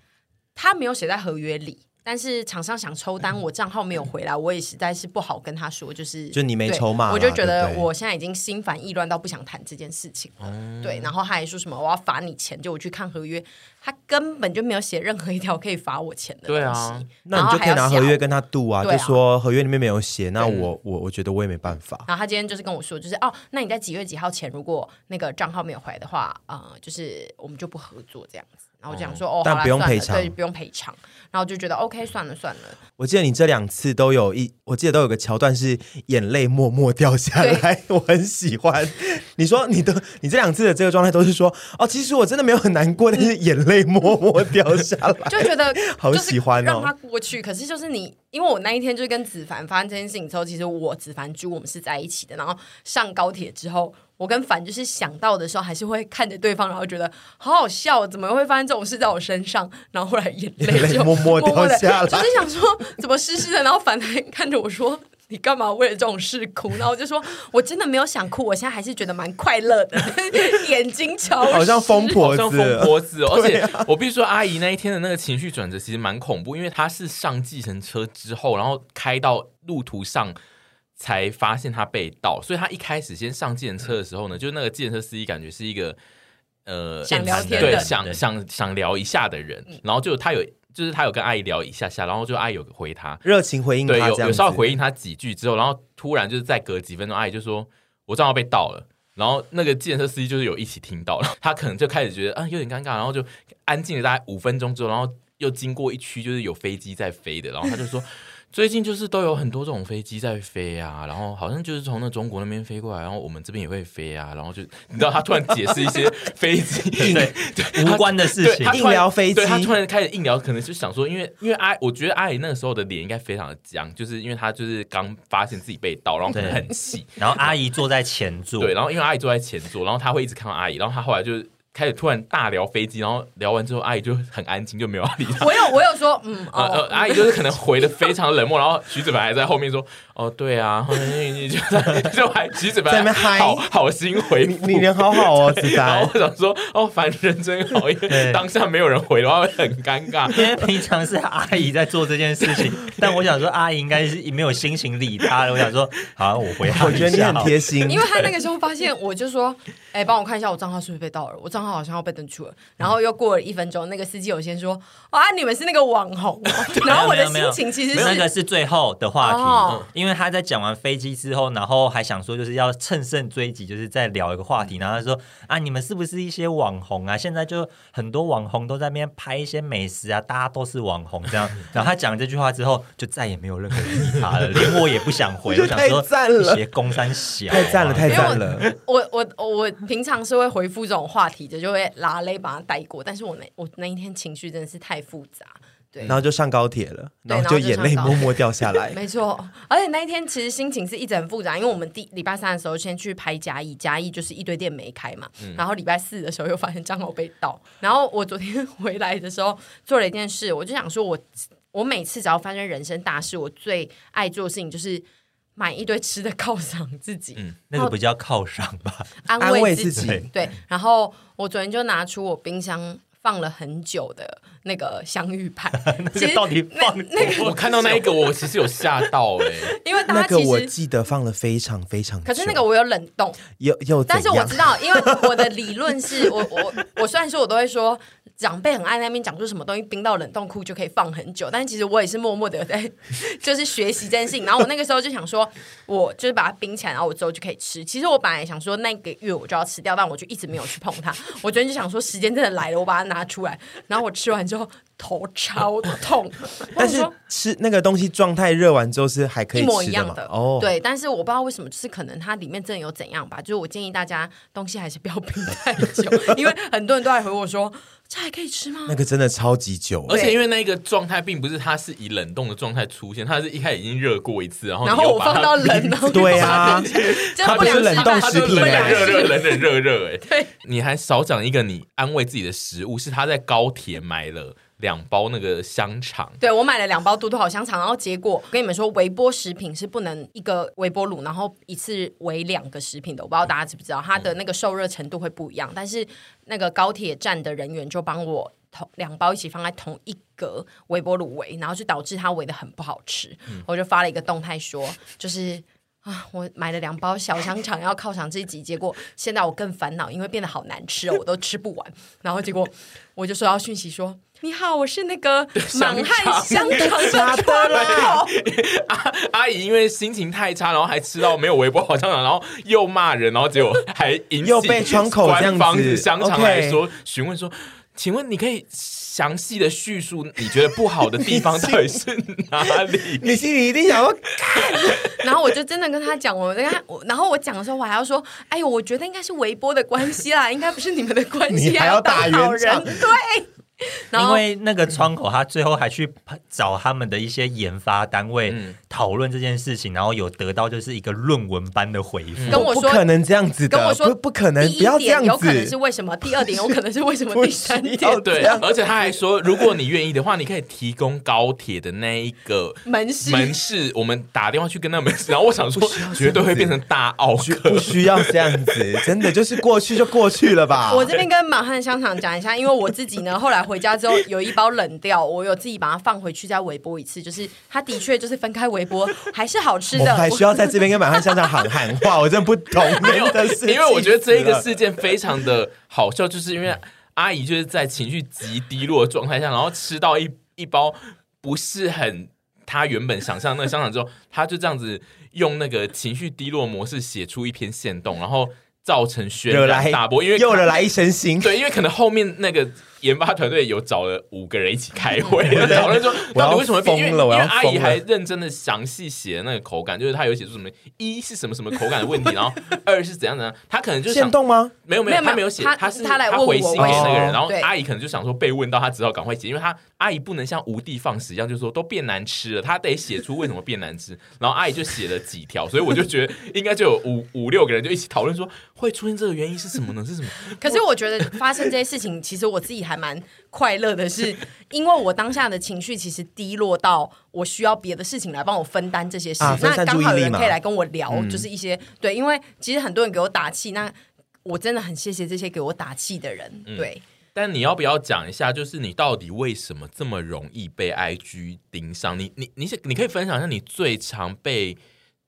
Speaker 2: 他没有写在合约里。但是厂商想抽单，我账号没有回来，我也实在是不好跟他说，就是
Speaker 3: 就你没
Speaker 2: 对
Speaker 3: 筹码啦
Speaker 2: 我就觉
Speaker 3: 对
Speaker 2: 得
Speaker 3: 不对
Speaker 2: 我现在已经心烦意乱到不想谈这件事情了。
Speaker 3: 哦
Speaker 2: 对，然后他还说什么我要罚你钱，就我去看合约，他根本就没有写任何一条可以罚我钱的东西。
Speaker 4: 对啊
Speaker 3: 那你就可以拿合约跟他度啊，
Speaker 2: 对啊
Speaker 3: 就说合约里面没有写，那我我我觉得我也没办法。
Speaker 2: 然后他今天就是跟我说，就是哦，那你在几月几号前如果那个账号没有回来的话，呃，就是我们就不合作这样子。然后我就想说，哦，
Speaker 3: 但
Speaker 2: 好啦
Speaker 3: 不用
Speaker 2: 算了
Speaker 3: 赔偿
Speaker 2: 对，不用赔偿。然后就觉得 OK，算了算了，
Speaker 3: 我记得你这两次都有一，我记得都有个桥段是眼泪默默掉下来， 我很喜欢。你说你的你这两次的这个状态都是说哦，其实我真的没有很难过，但是眼泪默默掉下来。
Speaker 2: 嗯 就觉得
Speaker 3: 好
Speaker 2: 就是
Speaker 3: 喜欢哦
Speaker 2: 让他过去。可是就是你，因为我那一天就是跟子凡发生这件事情之后，其实我子凡猪我们是在一起的。然后上高铁之后，我跟凡就是想到的时候，还是会看着对方，然后觉得好好笑，怎么会发生这种事在我身上？然后后来眼泪
Speaker 3: 眼泪
Speaker 2: 就
Speaker 3: 默默
Speaker 2: 默
Speaker 3: 掉
Speaker 2: 地
Speaker 3: 下来
Speaker 2: 就是想说怎么湿湿的，然后凡还看着我说。你干嘛为了这种事哭？然后我就说，我真的没有想哭，我现在还是觉得蛮快乐的， 眼睛潮湿。
Speaker 3: 好像疯婆
Speaker 4: 好像疯
Speaker 3: 子，
Speaker 4: 婆子哦，而且我必须说，阿姨那一天的那个情绪转折其实蛮恐怖，因为她是上计程车之后，然后开到路途上才发现他被盗，所以他一开始先上计程车的时候呢，就那个计程车司机感觉是一个呃
Speaker 2: 想聊天的
Speaker 4: 对
Speaker 2: 人嗯
Speaker 4: 想
Speaker 5: 对
Speaker 4: 想想聊一下的人，然后就他有就是他有跟阿姨聊一下下，然后就阿姨有回他，
Speaker 3: 热情回应他
Speaker 4: 对，有
Speaker 3: 这样
Speaker 4: 有
Speaker 3: 子，
Speaker 4: 稍微回应他几句之后，然后突然就是再隔几分钟，阿姨就说：“我账号被盗了。”然后那个计程车司机就是有一起听到，然后他可能就开始觉得啊有点尴尬，然后就安静了大概五分钟之后，然后又经过一区就是有飞机在飞啊的，然后他就说。最近就是都有很多这种飞机在飞啊，然后好像就是从那中国那边飞过来，然后我们这边也会飞啊，然后就你知道他突然解释一些 飞机
Speaker 5: 对
Speaker 4: 对
Speaker 5: 无关的事
Speaker 4: 对
Speaker 5: 情
Speaker 4: 他，突
Speaker 3: 硬
Speaker 4: 然
Speaker 3: 聊飞机
Speaker 4: 对他突然开始硬聊，可能就想说，因为因为阿，我觉得阿姨那个时候的脸应该非常的僵，就是因为她就是刚发现自己被盗，然后可能
Speaker 5: 对
Speaker 4: 很气，
Speaker 5: 然后阿姨坐在前座，
Speaker 4: 对，然后因为阿姨坐在前座，然后她会一直看到阿姨，然后她后来就开始突然大聊飞机，然后聊完之后，阿姨就很安静，就没有要理她。
Speaker 2: 我有我有说，嗯
Speaker 4: 呃呃
Speaker 2: 哦，，
Speaker 4: 阿姨就是可能回的非常冷漠，然后徐子凡还在后面说：“哦，对啊， 你就在就还徐子凡
Speaker 3: 在那边嗨
Speaker 4: 好好心回
Speaker 3: 你
Speaker 4: 复
Speaker 3: 你人好好哦，子
Speaker 4: 然后
Speaker 3: 丹。
Speaker 4: 我想说，哦，凡人真好，因为
Speaker 5: 对
Speaker 4: 当下没有人回的话会很尴尬。
Speaker 5: 因为平常是阿姨在做这件事情，但我想说阿姨应该是没有心情理他了。我想说，好，我回她
Speaker 3: 我
Speaker 5: 一
Speaker 3: 觉得你
Speaker 5: 下
Speaker 3: 很贴心
Speaker 2: 因，为他那个时候发现，我就说， 哎、帮我看一下我账号是不是被盗了，我账号好像要被登出了。然后又过了一分钟，那个司机有先说，啊，你们是那个网红哦、 然后我的
Speaker 5: 啊没有没
Speaker 2: 心情
Speaker 5: 有
Speaker 2: 其实
Speaker 5: 没有那个
Speaker 2: 是。
Speaker 5: 是最后的话题，嗯
Speaker 2: 哦
Speaker 5: 因为他在讲完飞机之后，然后还想说就是要乘胜追击，就是再聊一个话题，然后他说啊，你们是不是一些网红啊？现在就很多网红都在那边拍一些美食啊，大家都是网红 这样。然后他讲这句话之后，就再也没有任何人理他了，连我也不想 回，我想
Speaker 3: 太
Speaker 5: 说
Speaker 3: 赞了
Speaker 5: 一些公三小、啊
Speaker 3: 太赞了，太赞了！
Speaker 2: 我我我平常是会回复这种话题的，就会拉勒把它带过。但是我那我那一天情绪真的是太复杂，对
Speaker 3: 然，后就上高铁了，
Speaker 2: 对
Speaker 3: 然后就
Speaker 2: 然后就
Speaker 3: 眼泪
Speaker 2: 上高
Speaker 3: 默
Speaker 2: 铁
Speaker 3: 默掉下来。
Speaker 2: 没错。而且那一天其实心情是一直很复杂，因为我们第礼拜三的时候先去拍嘉义，嘉义就是一堆店没开嘛，
Speaker 3: 嗯
Speaker 2: 然后礼拜四的时候又发现账号被盗。然后我昨天回来的时候做了一件事，我就想说我我每次只要发生人生大事，我最爱做的事情就是。买一堆吃的犒赏自己，
Speaker 5: 那个不叫犒赏吧？
Speaker 2: 安
Speaker 3: 嗯安慰
Speaker 2: 慰
Speaker 3: 自己
Speaker 5: 对
Speaker 2: 对，然后我昨天就拿出我冰箱放了很久的那个香芋 派，其实
Speaker 5: 这个到底放那
Speaker 4: 我看到那一个，我其实有吓到哎、
Speaker 2: 因为大
Speaker 3: 那
Speaker 2: 家
Speaker 3: 个我
Speaker 2: 其实。
Speaker 3: 记得放了非常非常久，
Speaker 2: 可是那个我有冷冻，
Speaker 3: 又又
Speaker 2: 但是
Speaker 3: 怎
Speaker 2: 我
Speaker 3: 样
Speaker 2: 知道，因为我的理 论是我我我虽然说我都会说长辈很爱那边讲说什么东西冰到冷冻库就可以放很久，但是其实我也是默默的在 就是学习这件事情。然后我那个时候就想说，我就是把它冰起来，然后我之后就可以吃。其实我本来想说那个月我就要吃掉，但我就一直没有去碰它。我昨天就想说时间真的来了，我把它拿出来，然后我吃完之后头超 痛，
Speaker 3: 但
Speaker 2: 我想
Speaker 3: 是
Speaker 2: 说
Speaker 3: 吃那个东西状态热完之后是还可
Speaker 2: 一
Speaker 3: 以
Speaker 2: 模一
Speaker 3: 吃
Speaker 2: 样
Speaker 3: 嘛
Speaker 2: 的
Speaker 3: 哦，，
Speaker 2: 对，但是我不知道为什么，就是可能它里面真的有怎样吧。就是我建议大家东西还是不要冰太 久，因为很多人都来回我说这还可以吃吗
Speaker 3: 那？个真的超级久，
Speaker 4: 而且因为那个状态并不是它是以冷冻的状态出现，它是一开始已经热过一次，然后
Speaker 2: 然
Speaker 4: 然
Speaker 2: 后我放到
Speaker 3: 哦
Speaker 2: 冷冻，
Speaker 3: 对啊，
Speaker 2: 真
Speaker 4: 它
Speaker 2: 的不
Speaker 4: 就
Speaker 2: 良
Speaker 4: 是
Speaker 2: 示范
Speaker 3: 冷冻食品
Speaker 4: 冷冷
Speaker 3: 哎
Speaker 4: 热热冷冷热热哎、
Speaker 2: 对，
Speaker 4: 你还少讲一个你安慰自己的食物，是他在高铁买了两包那个香肠。
Speaker 2: 对我买了两包嘟嘟好香肠，然后结果我跟你们说，微波食品是不能一个微波炉，然后一次微两个食品的。我不知道大家知不知道，它的那个受热程度会不一样。但是那个高铁站的人员就帮我同两包一起放在同一格微波炉围，然后就导致它围的很不好吃。我就发了一个动态说，就是。啊！我买了两包小香肠要犒赏自己，结果现在我更烦恼，因为变得好难吃哦，我都吃不完。然后结果我就收到讯息说：“你好，我是那个满汉香肠的窗口。
Speaker 4: 阿姨因为心情太差，然后还吃到没有微波好香肠，然后又骂人，然后结果还引起
Speaker 3: 又被窗口这样子
Speaker 4: 官方香肠来说询问说。请问你可以详细的叙述你觉得不好的地方到底是哪里？
Speaker 3: 你心里一定想要，
Speaker 2: 然后我就真的跟他讲，我跟他，我然后我讲的时候，我还要说：“哎呦，我觉得应该是微波的关系啦，应 该不是你们的关系，
Speaker 3: 你还要打
Speaker 2: 当好
Speaker 3: 圆
Speaker 2: 人。
Speaker 3: 场”
Speaker 2: 对，然
Speaker 5: 因
Speaker 2: 后
Speaker 5: 为那个窗口，他最后还去找他们的一些研发单位
Speaker 4: 嗯
Speaker 5: 讨论这件事情，然后有得到就是一个论文般的回复。
Speaker 2: 跟我
Speaker 3: 不
Speaker 2: 说
Speaker 3: 可能这样子的，
Speaker 2: 跟我说
Speaker 3: 呃不不可能，
Speaker 2: 第
Speaker 3: 不要
Speaker 2: 一
Speaker 3: 这样子，
Speaker 2: 点有可能是为什么，第二点有可能是为什 么，
Speaker 3: 不
Speaker 2: 第三
Speaker 3: 需要这
Speaker 2: 点
Speaker 4: 哦对，
Speaker 3: 样
Speaker 4: 而且他还说，如果你愿意的话，你可以提供高铁的那一个
Speaker 3: 嗯
Speaker 2: 门市
Speaker 4: 门市，我们打电话去跟他们。然后我想说，绝对会变成大奥
Speaker 3: 不
Speaker 4: 克。
Speaker 3: 需要这样子，真的就是过去就过去了吧。
Speaker 2: 我这边跟满汉香肠讲一下，因为我自己呢，后来回家之后有一包冷掉，我有自己把它放回去再微波一次，就是它的确就是分开微波，还是好吃
Speaker 3: 我
Speaker 2: 的。
Speaker 3: 还需要在这边跟满汉香肠喊喊话，我真的不懂
Speaker 4: 没有
Speaker 3: 真的是，
Speaker 4: 因为我觉得这一个事件非常的好笑，就是因为阿姨就是在情绪极低落的状态下，然后吃到一一包不是很她原本想象的那个香肠之后，她就这样子用那个情绪低落模式写出一篇线动，然后造成轩
Speaker 3: 惹
Speaker 4: 然
Speaker 3: 来
Speaker 4: 大波，因为
Speaker 3: 又惹来一身腥。
Speaker 4: 对，因为可能后面那个研发团队有找了五个人一起开 会，讨论说
Speaker 3: 我要
Speaker 4: 到底为什么会变因为
Speaker 3: 疯了我要
Speaker 4: 因为阿姨
Speaker 3: 疯了
Speaker 4: 还认真的详细写那个口感，就是她有写出什么一是什么什么口感的问 题，然后二是怎样怎样，她可能就想
Speaker 3: 现动吗？
Speaker 4: 没有没
Speaker 2: 没
Speaker 4: 有，
Speaker 2: 有
Speaker 4: 他
Speaker 2: 没
Speaker 4: 没
Speaker 2: 有
Speaker 4: 有写，
Speaker 2: 他
Speaker 4: 他是
Speaker 2: 他来问我哦
Speaker 4: 回信给那个
Speaker 3: 为什
Speaker 4: 人，
Speaker 3: 么
Speaker 4: 然后
Speaker 2: 对
Speaker 4: 阿姨可能就想说被问到，她只好赶快写，因为她阿姨不能像无地放矢一样，就说都变难吃了，她得写出为什么变难吃。然后阿姨就写了几条，所以我就觉得应该就有五五六个人就一起讨论说会出现这个原因是什么呢？是什么？
Speaker 2: 可是我觉得发生这些事情，其实我自己还蛮快乐的 是，因为我当下的情绪其实低落到我需要别的事情来帮我分担这些事，
Speaker 3: 啊分
Speaker 2: 那
Speaker 3: 散
Speaker 2: 刚好有
Speaker 3: 注意
Speaker 2: 人
Speaker 3: 力嘛嗯
Speaker 2: 可以来跟我聊，就是一些对，因为其实很多人给我打气，那我真的很谢谢这些给我打气的人，
Speaker 3: 嗯
Speaker 2: 对。
Speaker 4: 但你要不要讲一下，就是你到底为什么这么容易被 IG 盯上？你你你是你可以分享一下你最常被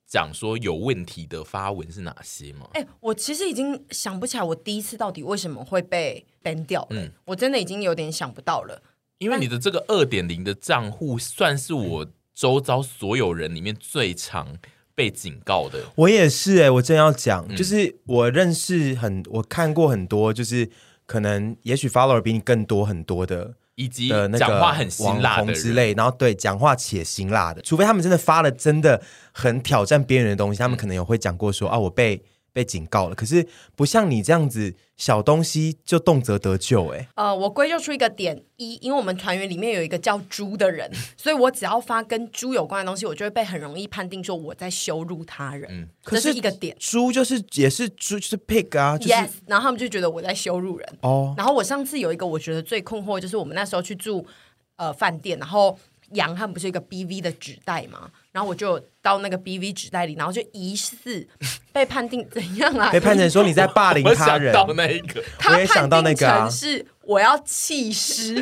Speaker 4: 讲说有问题的发文是哪些吗？
Speaker 2: 哎、我其实已经想不起来我第一次到底为什么会被 ban 掉了、
Speaker 4: 嗯
Speaker 2: 我真的已经有点想不到了。
Speaker 4: 因为你的这个二点零的账户，算是我周遭所有人里面最常被警告的。
Speaker 3: 我也是哎、我正要讲，
Speaker 4: 嗯
Speaker 3: 就是我认识很，我看过很多，就是可能也许 follower 比你更多很多的
Speaker 4: 以及
Speaker 3: 的那个
Speaker 4: 讲话很辛辣
Speaker 3: 网红
Speaker 4: 的
Speaker 3: 之
Speaker 4: 人，
Speaker 3: 类，然后对讲话且辛辣的，除非他们真的发了真的很挑战边缘的东
Speaker 4: 嗯
Speaker 3: 西，他们可能有会讲过说啊，我被被警告了。可是不像你这样子小东西就动辄得咎、欸，
Speaker 2: 呃，我归咎出一个点一，因为我们团员里面有一个叫猪 的人，所以我只要发跟猪有关的东西，我就会被很容易判定说我在羞辱他人，
Speaker 4: 嗯
Speaker 2: 这
Speaker 3: 可
Speaker 2: 是
Speaker 3: 是
Speaker 2: 一个点。
Speaker 3: 猪就是也是猪，就是 pig 啊，就是
Speaker 2: yes，然后他们就觉得我在羞辱人。
Speaker 3: 哦，
Speaker 2: 然后我上次有一个我觉得最困惑，就是我们那时候去住呃饭店，然后杨汉不是有一个 BV 的纸袋嘛，然后我就到那个 BV 纸袋里，然后就 疑似被判定怎样啊？
Speaker 3: 被判成说你在霸凌
Speaker 4: 我
Speaker 3: 他
Speaker 4: 想
Speaker 3: 人，
Speaker 4: 到那一个，
Speaker 2: 他
Speaker 3: 我也想到那个啊
Speaker 2: 判定成是我要 弃尸，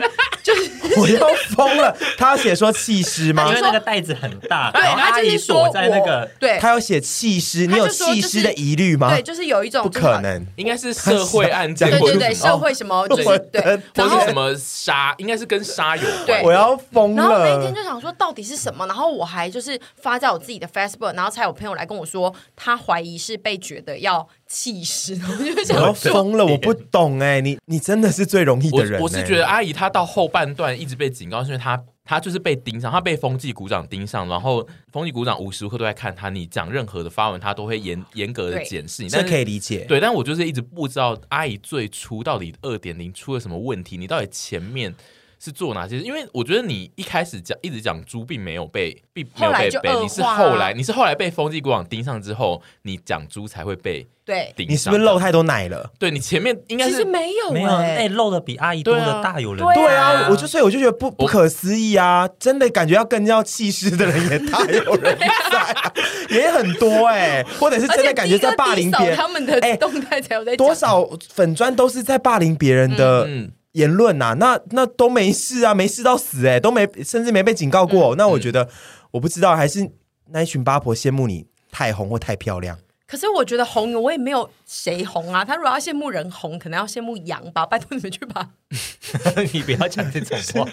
Speaker 2: 就是
Speaker 3: 我要疯了。他要写说弃尸吗
Speaker 5: 因？为
Speaker 2: 说
Speaker 5: 那个袋子很 大，
Speaker 2: 对，
Speaker 5: 然后
Speaker 2: 他
Speaker 5: 阿
Speaker 2: 就
Speaker 5: 姨
Speaker 2: 是说
Speaker 5: 躲
Speaker 2: 我
Speaker 5: 在那个。
Speaker 2: 对，
Speaker 3: 他要写弃尸，你有
Speaker 2: 他就说
Speaker 3: 弃
Speaker 2: 就是
Speaker 3: 尸的疑虑吗
Speaker 2: 对，？就是有一种
Speaker 3: 不可，能，
Speaker 4: 应该是社会案 件
Speaker 2: 就
Speaker 3: 讲
Speaker 2: 是
Speaker 4: 或
Speaker 2: 对
Speaker 4: 者
Speaker 2: 对对，
Speaker 4: 什么，
Speaker 2: 社会什么就是
Speaker 3: 我
Speaker 2: 对
Speaker 3: 的，
Speaker 2: 然
Speaker 4: 或
Speaker 2: 后
Speaker 4: 者什么杀，应该是跟杀有关。
Speaker 2: 对
Speaker 3: 我要疯
Speaker 2: 然后那一
Speaker 3: 了。
Speaker 2: 天就想说到底是什么，然后我还就是发在我自己的 Facebook，然后才有朋友来跟我说，他怀疑是被觉得要弃尸，然后我就
Speaker 3: 我要
Speaker 2: 想说，
Speaker 3: 疯了，我不懂哎、你你真的是最容易的人、欸
Speaker 4: 我我是觉得阿啊姨她到后半段一直被警告，是因为她她就是被盯上，她被风纪股长盯上，然后风纪股长无时无刻都在看她，你讲任何的发文，她都会严严格的
Speaker 2: 对
Speaker 4: 检视你。
Speaker 3: 这
Speaker 4: 但
Speaker 3: 可
Speaker 4: 是
Speaker 3: 以理解。
Speaker 4: 对，但我就是一直不知道阿姨最初到底二点零出了什么问题，你到底前面。是做哪些？因为我觉得你一开始讲一直讲猪，并没有被并没
Speaker 2: 后
Speaker 4: 有
Speaker 2: 来
Speaker 4: 被
Speaker 2: 就
Speaker 4: 被，
Speaker 2: 恶
Speaker 4: 你是
Speaker 2: 化啊
Speaker 4: 后来你是后来被风纪股长盯上之后，你讲猪才会被
Speaker 2: 对，
Speaker 4: 盯上。
Speaker 3: 你是不是漏？太多奶了？
Speaker 4: 对你前面应该
Speaker 2: 其实
Speaker 4: 是
Speaker 2: 没有
Speaker 5: 没有，
Speaker 2: 欸
Speaker 5: 哎，漏的比阿姨多的大有人。
Speaker 2: 对啊
Speaker 3: 对啊，我就所以我就觉得不不可思议啊！真的感觉要更要气势的人也太有人在、啊， 也很多哎、或者是
Speaker 2: 而
Speaker 3: 真
Speaker 2: 且
Speaker 3: 的感觉在霸凌
Speaker 2: 第一
Speaker 3: 别
Speaker 2: 个低扫
Speaker 3: 人
Speaker 2: 他，们的
Speaker 3: 哎
Speaker 2: 动态才有在讲
Speaker 3: 多少粉砖都是在霸凌别人的
Speaker 4: 嗯嗯
Speaker 3: 言论呐、那那都没事啊，没事到死哎、都没甚至没被警告
Speaker 2: 嗯
Speaker 3: 过。那我觉得我不知道，还是那一群八婆羡慕你太红或太漂亮。
Speaker 2: 可是我觉得红，我也没有谁红啊。他如果要羡慕人红，可能要羡慕羊吧。拜托你们去 吧。啊
Speaker 5: 你不要讲这种 话。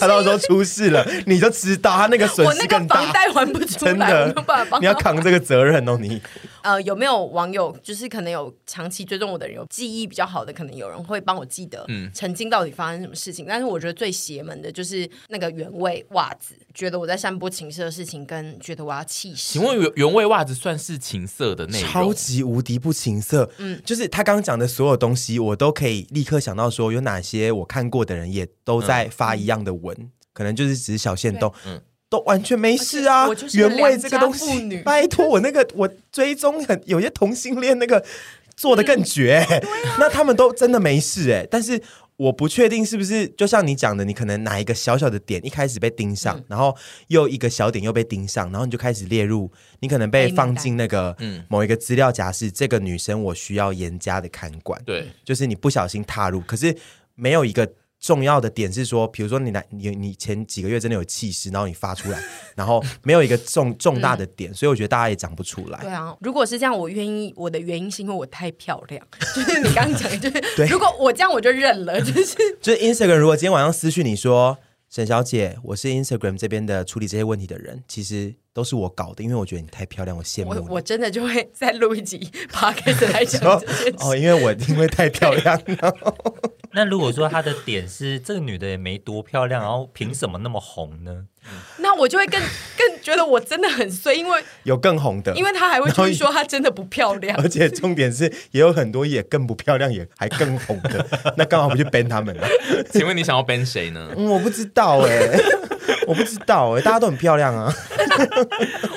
Speaker 3: 他到时候出事了，你就知道他那个损
Speaker 2: 我那
Speaker 3: 失
Speaker 2: 个
Speaker 3: 更
Speaker 2: 房
Speaker 3: 大，
Speaker 2: 贷还不出
Speaker 3: 真
Speaker 2: 来，我没
Speaker 3: 的
Speaker 2: 有办法帮。
Speaker 3: 你要扛这个责任哦，你。
Speaker 2: 呃，有没有网友就是可能有长期追踪我的人，有记忆比较好的，可能有人会帮我记得，
Speaker 4: 嗯
Speaker 2: 曾经到底发生什么事情。但是我觉得最邪门的就是那个原味袜子，觉得我在散播情色的事情，跟觉得我要气死。
Speaker 4: 请问原原味袜子算是情色的内容？
Speaker 3: 超级无敌不情色，嗯，就是他刚刚讲的所有东西，我都可以立刻想到说有哪些我看过的人也都在
Speaker 2: 嗯
Speaker 3: 发一样的文，可能就是只是小线动，
Speaker 4: 嗯
Speaker 3: 嗯。都完全没事啊
Speaker 2: 而且我就！是个
Speaker 3: 原味这个东
Speaker 2: 良家妇
Speaker 3: 西
Speaker 2: 女，
Speaker 3: 拜托我那个我追踪很有些同性恋那个做的
Speaker 2: 嗯
Speaker 3: 更绝、欸
Speaker 2: 啊
Speaker 3: 那他们都真的没事哎、但是我不确定是不是就像你讲的，你可能哪一个小小的点一开始被盯上，
Speaker 2: 嗯
Speaker 3: 然后又一个小点又被盯上，然后你就开始列入，你可能
Speaker 2: 黑
Speaker 3: 被
Speaker 2: 名
Speaker 3: 放
Speaker 2: 单
Speaker 3: 进。那个
Speaker 4: 嗯
Speaker 3: 某一个资料夹是这个女生我需要严加的看管，，
Speaker 4: 对，
Speaker 3: 就是你不小心踏入，可是没有一个重要的点是说，比如说你来你你前几个月真的有气势，然后你发出来，然后没有一个重重大的点，所以我觉得大家也讲不出
Speaker 2: 对
Speaker 3: 来。
Speaker 2: 啊，如果是这样，我愿意。我的原因是因为我太漂亮，就是你刚刚讲，的，就是
Speaker 3: 对
Speaker 2: 如果我这样我就认了，就是
Speaker 3: 就是 Instagram 如果今天晚上私讯你说。沈小姐，我是 Instagram 这边的处理这些问题的人，其实都是我搞的，因为我觉得你太漂亮，我羡慕
Speaker 2: 我
Speaker 3: 你。
Speaker 2: 我真的就会再录一集 podcast 来讲这件事。
Speaker 3: 哦，因为我因为太漂亮了，
Speaker 5: 那如果说他的点是这个女的也没多漂亮，然后凭什么那么红呢？
Speaker 2: 那我就会更更觉得我真的很衰，因为
Speaker 3: 有更红的，
Speaker 2: 因为他还会继续说她真的不漂亮。
Speaker 1: 而且重点是，也有很多也更不漂亮，也还更红的，那干嘛不去 ban 他们啊？
Speaker 4: 请问你想要 ban 谁呢？
Speaker 3: 嗯，我不知道哎、
Speaker 1: 欸
Speaker 3: 我不知道哎、大家都很漂亮啊。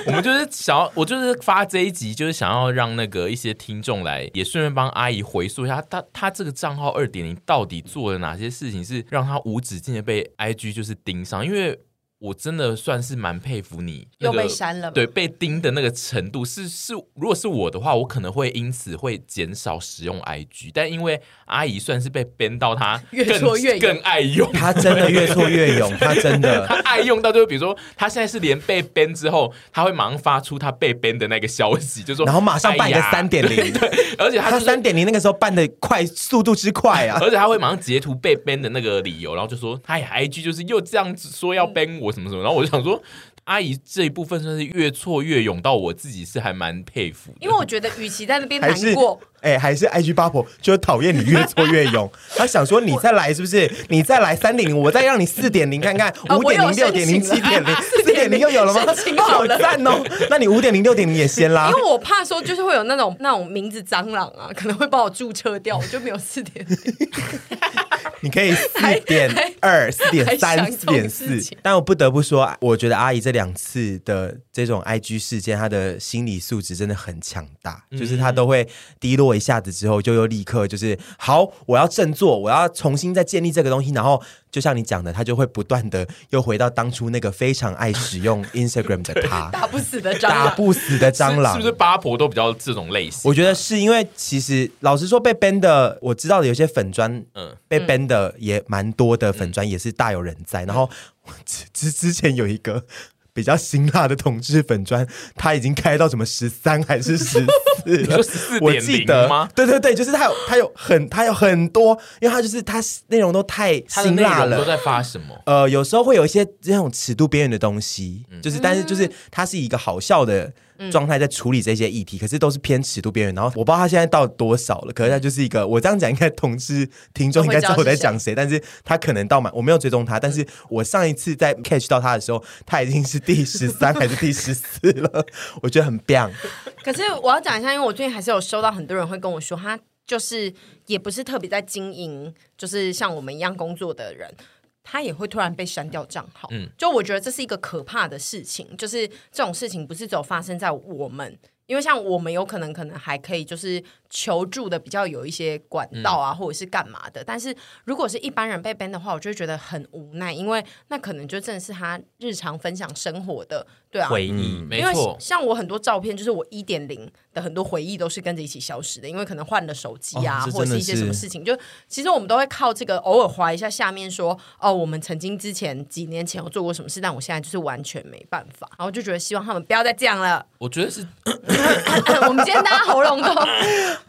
Speaker 4: 我们就是想要，我就是发这一集，就是想要让那个一些听众来，也顺便帮阿姨回溯一下，她她这个账号二点零到底做了哪些事情，是让她无止境的被 IG 就是盯上，因为。我真的算是蛮佩服你，那个
Speaker 2: 又被删了吗
Speaker 4: 对，被盯的那个程度是是，如果是我的话，我可能会因此会减少使用 IG，但因为阿姨算是被编到她
Speaker 2: 越
Speaker 4: 更
Speaker 2: 挫越勇
Speaker 4: 更爱用，
Speaker 3: 他真的越挫越勇，他真的。
Speaker 4: 他爱用到就是，比如说他现在是连被 ban 之后，他会马上发出他被 ban 的那个消息，就说
Speaker 3: 然后马上办一个
Speaker 4: 哎呀
Speaker 3: 三点 零，
Speaker 4: 而且他、
Speaker 3: 他
Speaker 4: 就是、
Speaker 3: 三点零那个时候办的快，速度之快啊！
Speaker 4: 而且他会马上截图被 ban 的那个理由，然后就说哎呀，IG 就是又这样子说
Speaker 2: 嗯
Speaker 4: 要 ban 我什么什么，然后我就想说。阿姨这一部分算是越挫越勇，到我自己是还蛮佩服的。
Speaker 2: 因为我觉得，与其在那边
Speaker 1: 还
Speaker 2: 难
Speaker 1: 是
Speaker 2: 过，
Speaker 1: 哎、还是 IG 八婆就讨厌你越挫越勇，
Speaker 3: 他想说你再来是不是？你再来三点零，我再让你四点零看看，
Speaker 2: 啊
Speaker 3: 五
Speaker 2: 我
Speaker 3: 点
Speaker 2: 有
Speaker 3: 零、六点零、七
Speaker 2: 申请了
Speaker 3: 点零、四点
Speaker 2: 4.0
Speaker 3: 零又有了吗？
Speaker 2: 申请好了
Speaker 3: 赞哦！那你五点零、六点零也先啦
Speaker 1: 啊
Speaker 2: 因。为我怕说就是会有那种那种名字蟑螂啊，可能会把我注册掉，我就没有四点
Speaker 3: 你可以四点二、四点
Speaker 2: 还
Speaker 3: 三、
Speaker 2: 想
Speaker 3: 四
Speaker 2: 这
Speaker 3: 点
Speaker 2: 种事
Speaker 3: 四
Speaker 2: 情，
Speaker 3: 但我不得不说，我觉得阿姨这两次的这种 IG 事件，她的心理素质真的很强大，就是她都会低落一下子之后，就又立刻就是好，我要振作，我要重新再建立这个东西，然后。就像你讲的，她就会不断的又回到当初那个非常爱使用 Instagram 的 她，
Speaker 2: 打不死的蟑
Speaker 3: 打
Speaker 2: 螂。
Speaker 3: 不死的蟑螂
Speaker 4: 是是不是八婆都比较这种类型？
Speaker 3: 我觉得是因为其实老实说，被 ban 的，我知道的有些粉砖，
Speaker 4: 嗯
Speaker 3: 嗯，被 ban 的也蛮多的，粉砖也是大有人在。
Speaker 4: 嗯
Speaker 3: 然后 之之之前有一个。比较辛辣的同志粉砖，他已经开到什么十三还是 十四
Speaker 4: 说
Speaker 3: 了？
Speaker 4: 14.0
Speaker 3: 我记得
Speaker 4: 吗
Speaker 3: 对对对，就是他有他有很他有很多，因为他就是他内容都太
Speaker 4: 他的
Speaker 3: 辛
Speaker 4: 内
Speaker 3: 辣
Speaker 4: 容
Speaker 3: 了
Speaker 4: 都，在发什么？
Speaker 3: 呃，有时候会有一些这种尺度边缘的东西，就是但是就是它是一个好笑的状态在处理这些议题，可是都是偏尺度边缘。然后我不知道他现在到多少了，可是他就是一个我这样讲应该同事听众应该知道我在讲谁，但是他可能到满我没有追踪他，但是我上一次在 catch 到他的时候，他已经是第十三还是第十四了， 我觉得很 b
Speaker 2: 可是我要讲一下，因为我最近还是有收到很多人会跟我说，他就是也不是特别在经营，就是像我们一样工作的人。他也会突然被删掉账号，
Speaker 4: 嗯
Speaker 2: 就我觉得这是一个可怕的事情，就是这种事情不是只有发生在我们，因为像我们有可能可能还可以就是求助的比较有一些管道啊，或者是干嘛的，但是如果是一般人被 ban 的话，我就会觉得很无奈，因为那可能就真的是他日常分享生活的，对啊，
Speaker 5: 回
Speaker 3: 嗯
Speaker 5: 忆，
Speaker 4: 没
Speaker 2: 因为
Speaker 4: 错，
Speaker 2: 像我很多照片，就是我一点零的很多回忆都是跟着一起消失的，因为可能换了手机
Speaker 3: 哦
Speaker 2: 啊，
Speaker 3: 这真的
Speaker 2: 或者是一些什么事情，就其实我们都会靠这个偶尔划一下下面说，哦，我们曾经之前几年前有做过什么事，但我现在就是完全没办法，然后就觉得希望他们不要再这样了。
Speaker 4: 我觉得是
Speaker 2: 我们今天大家喉咙都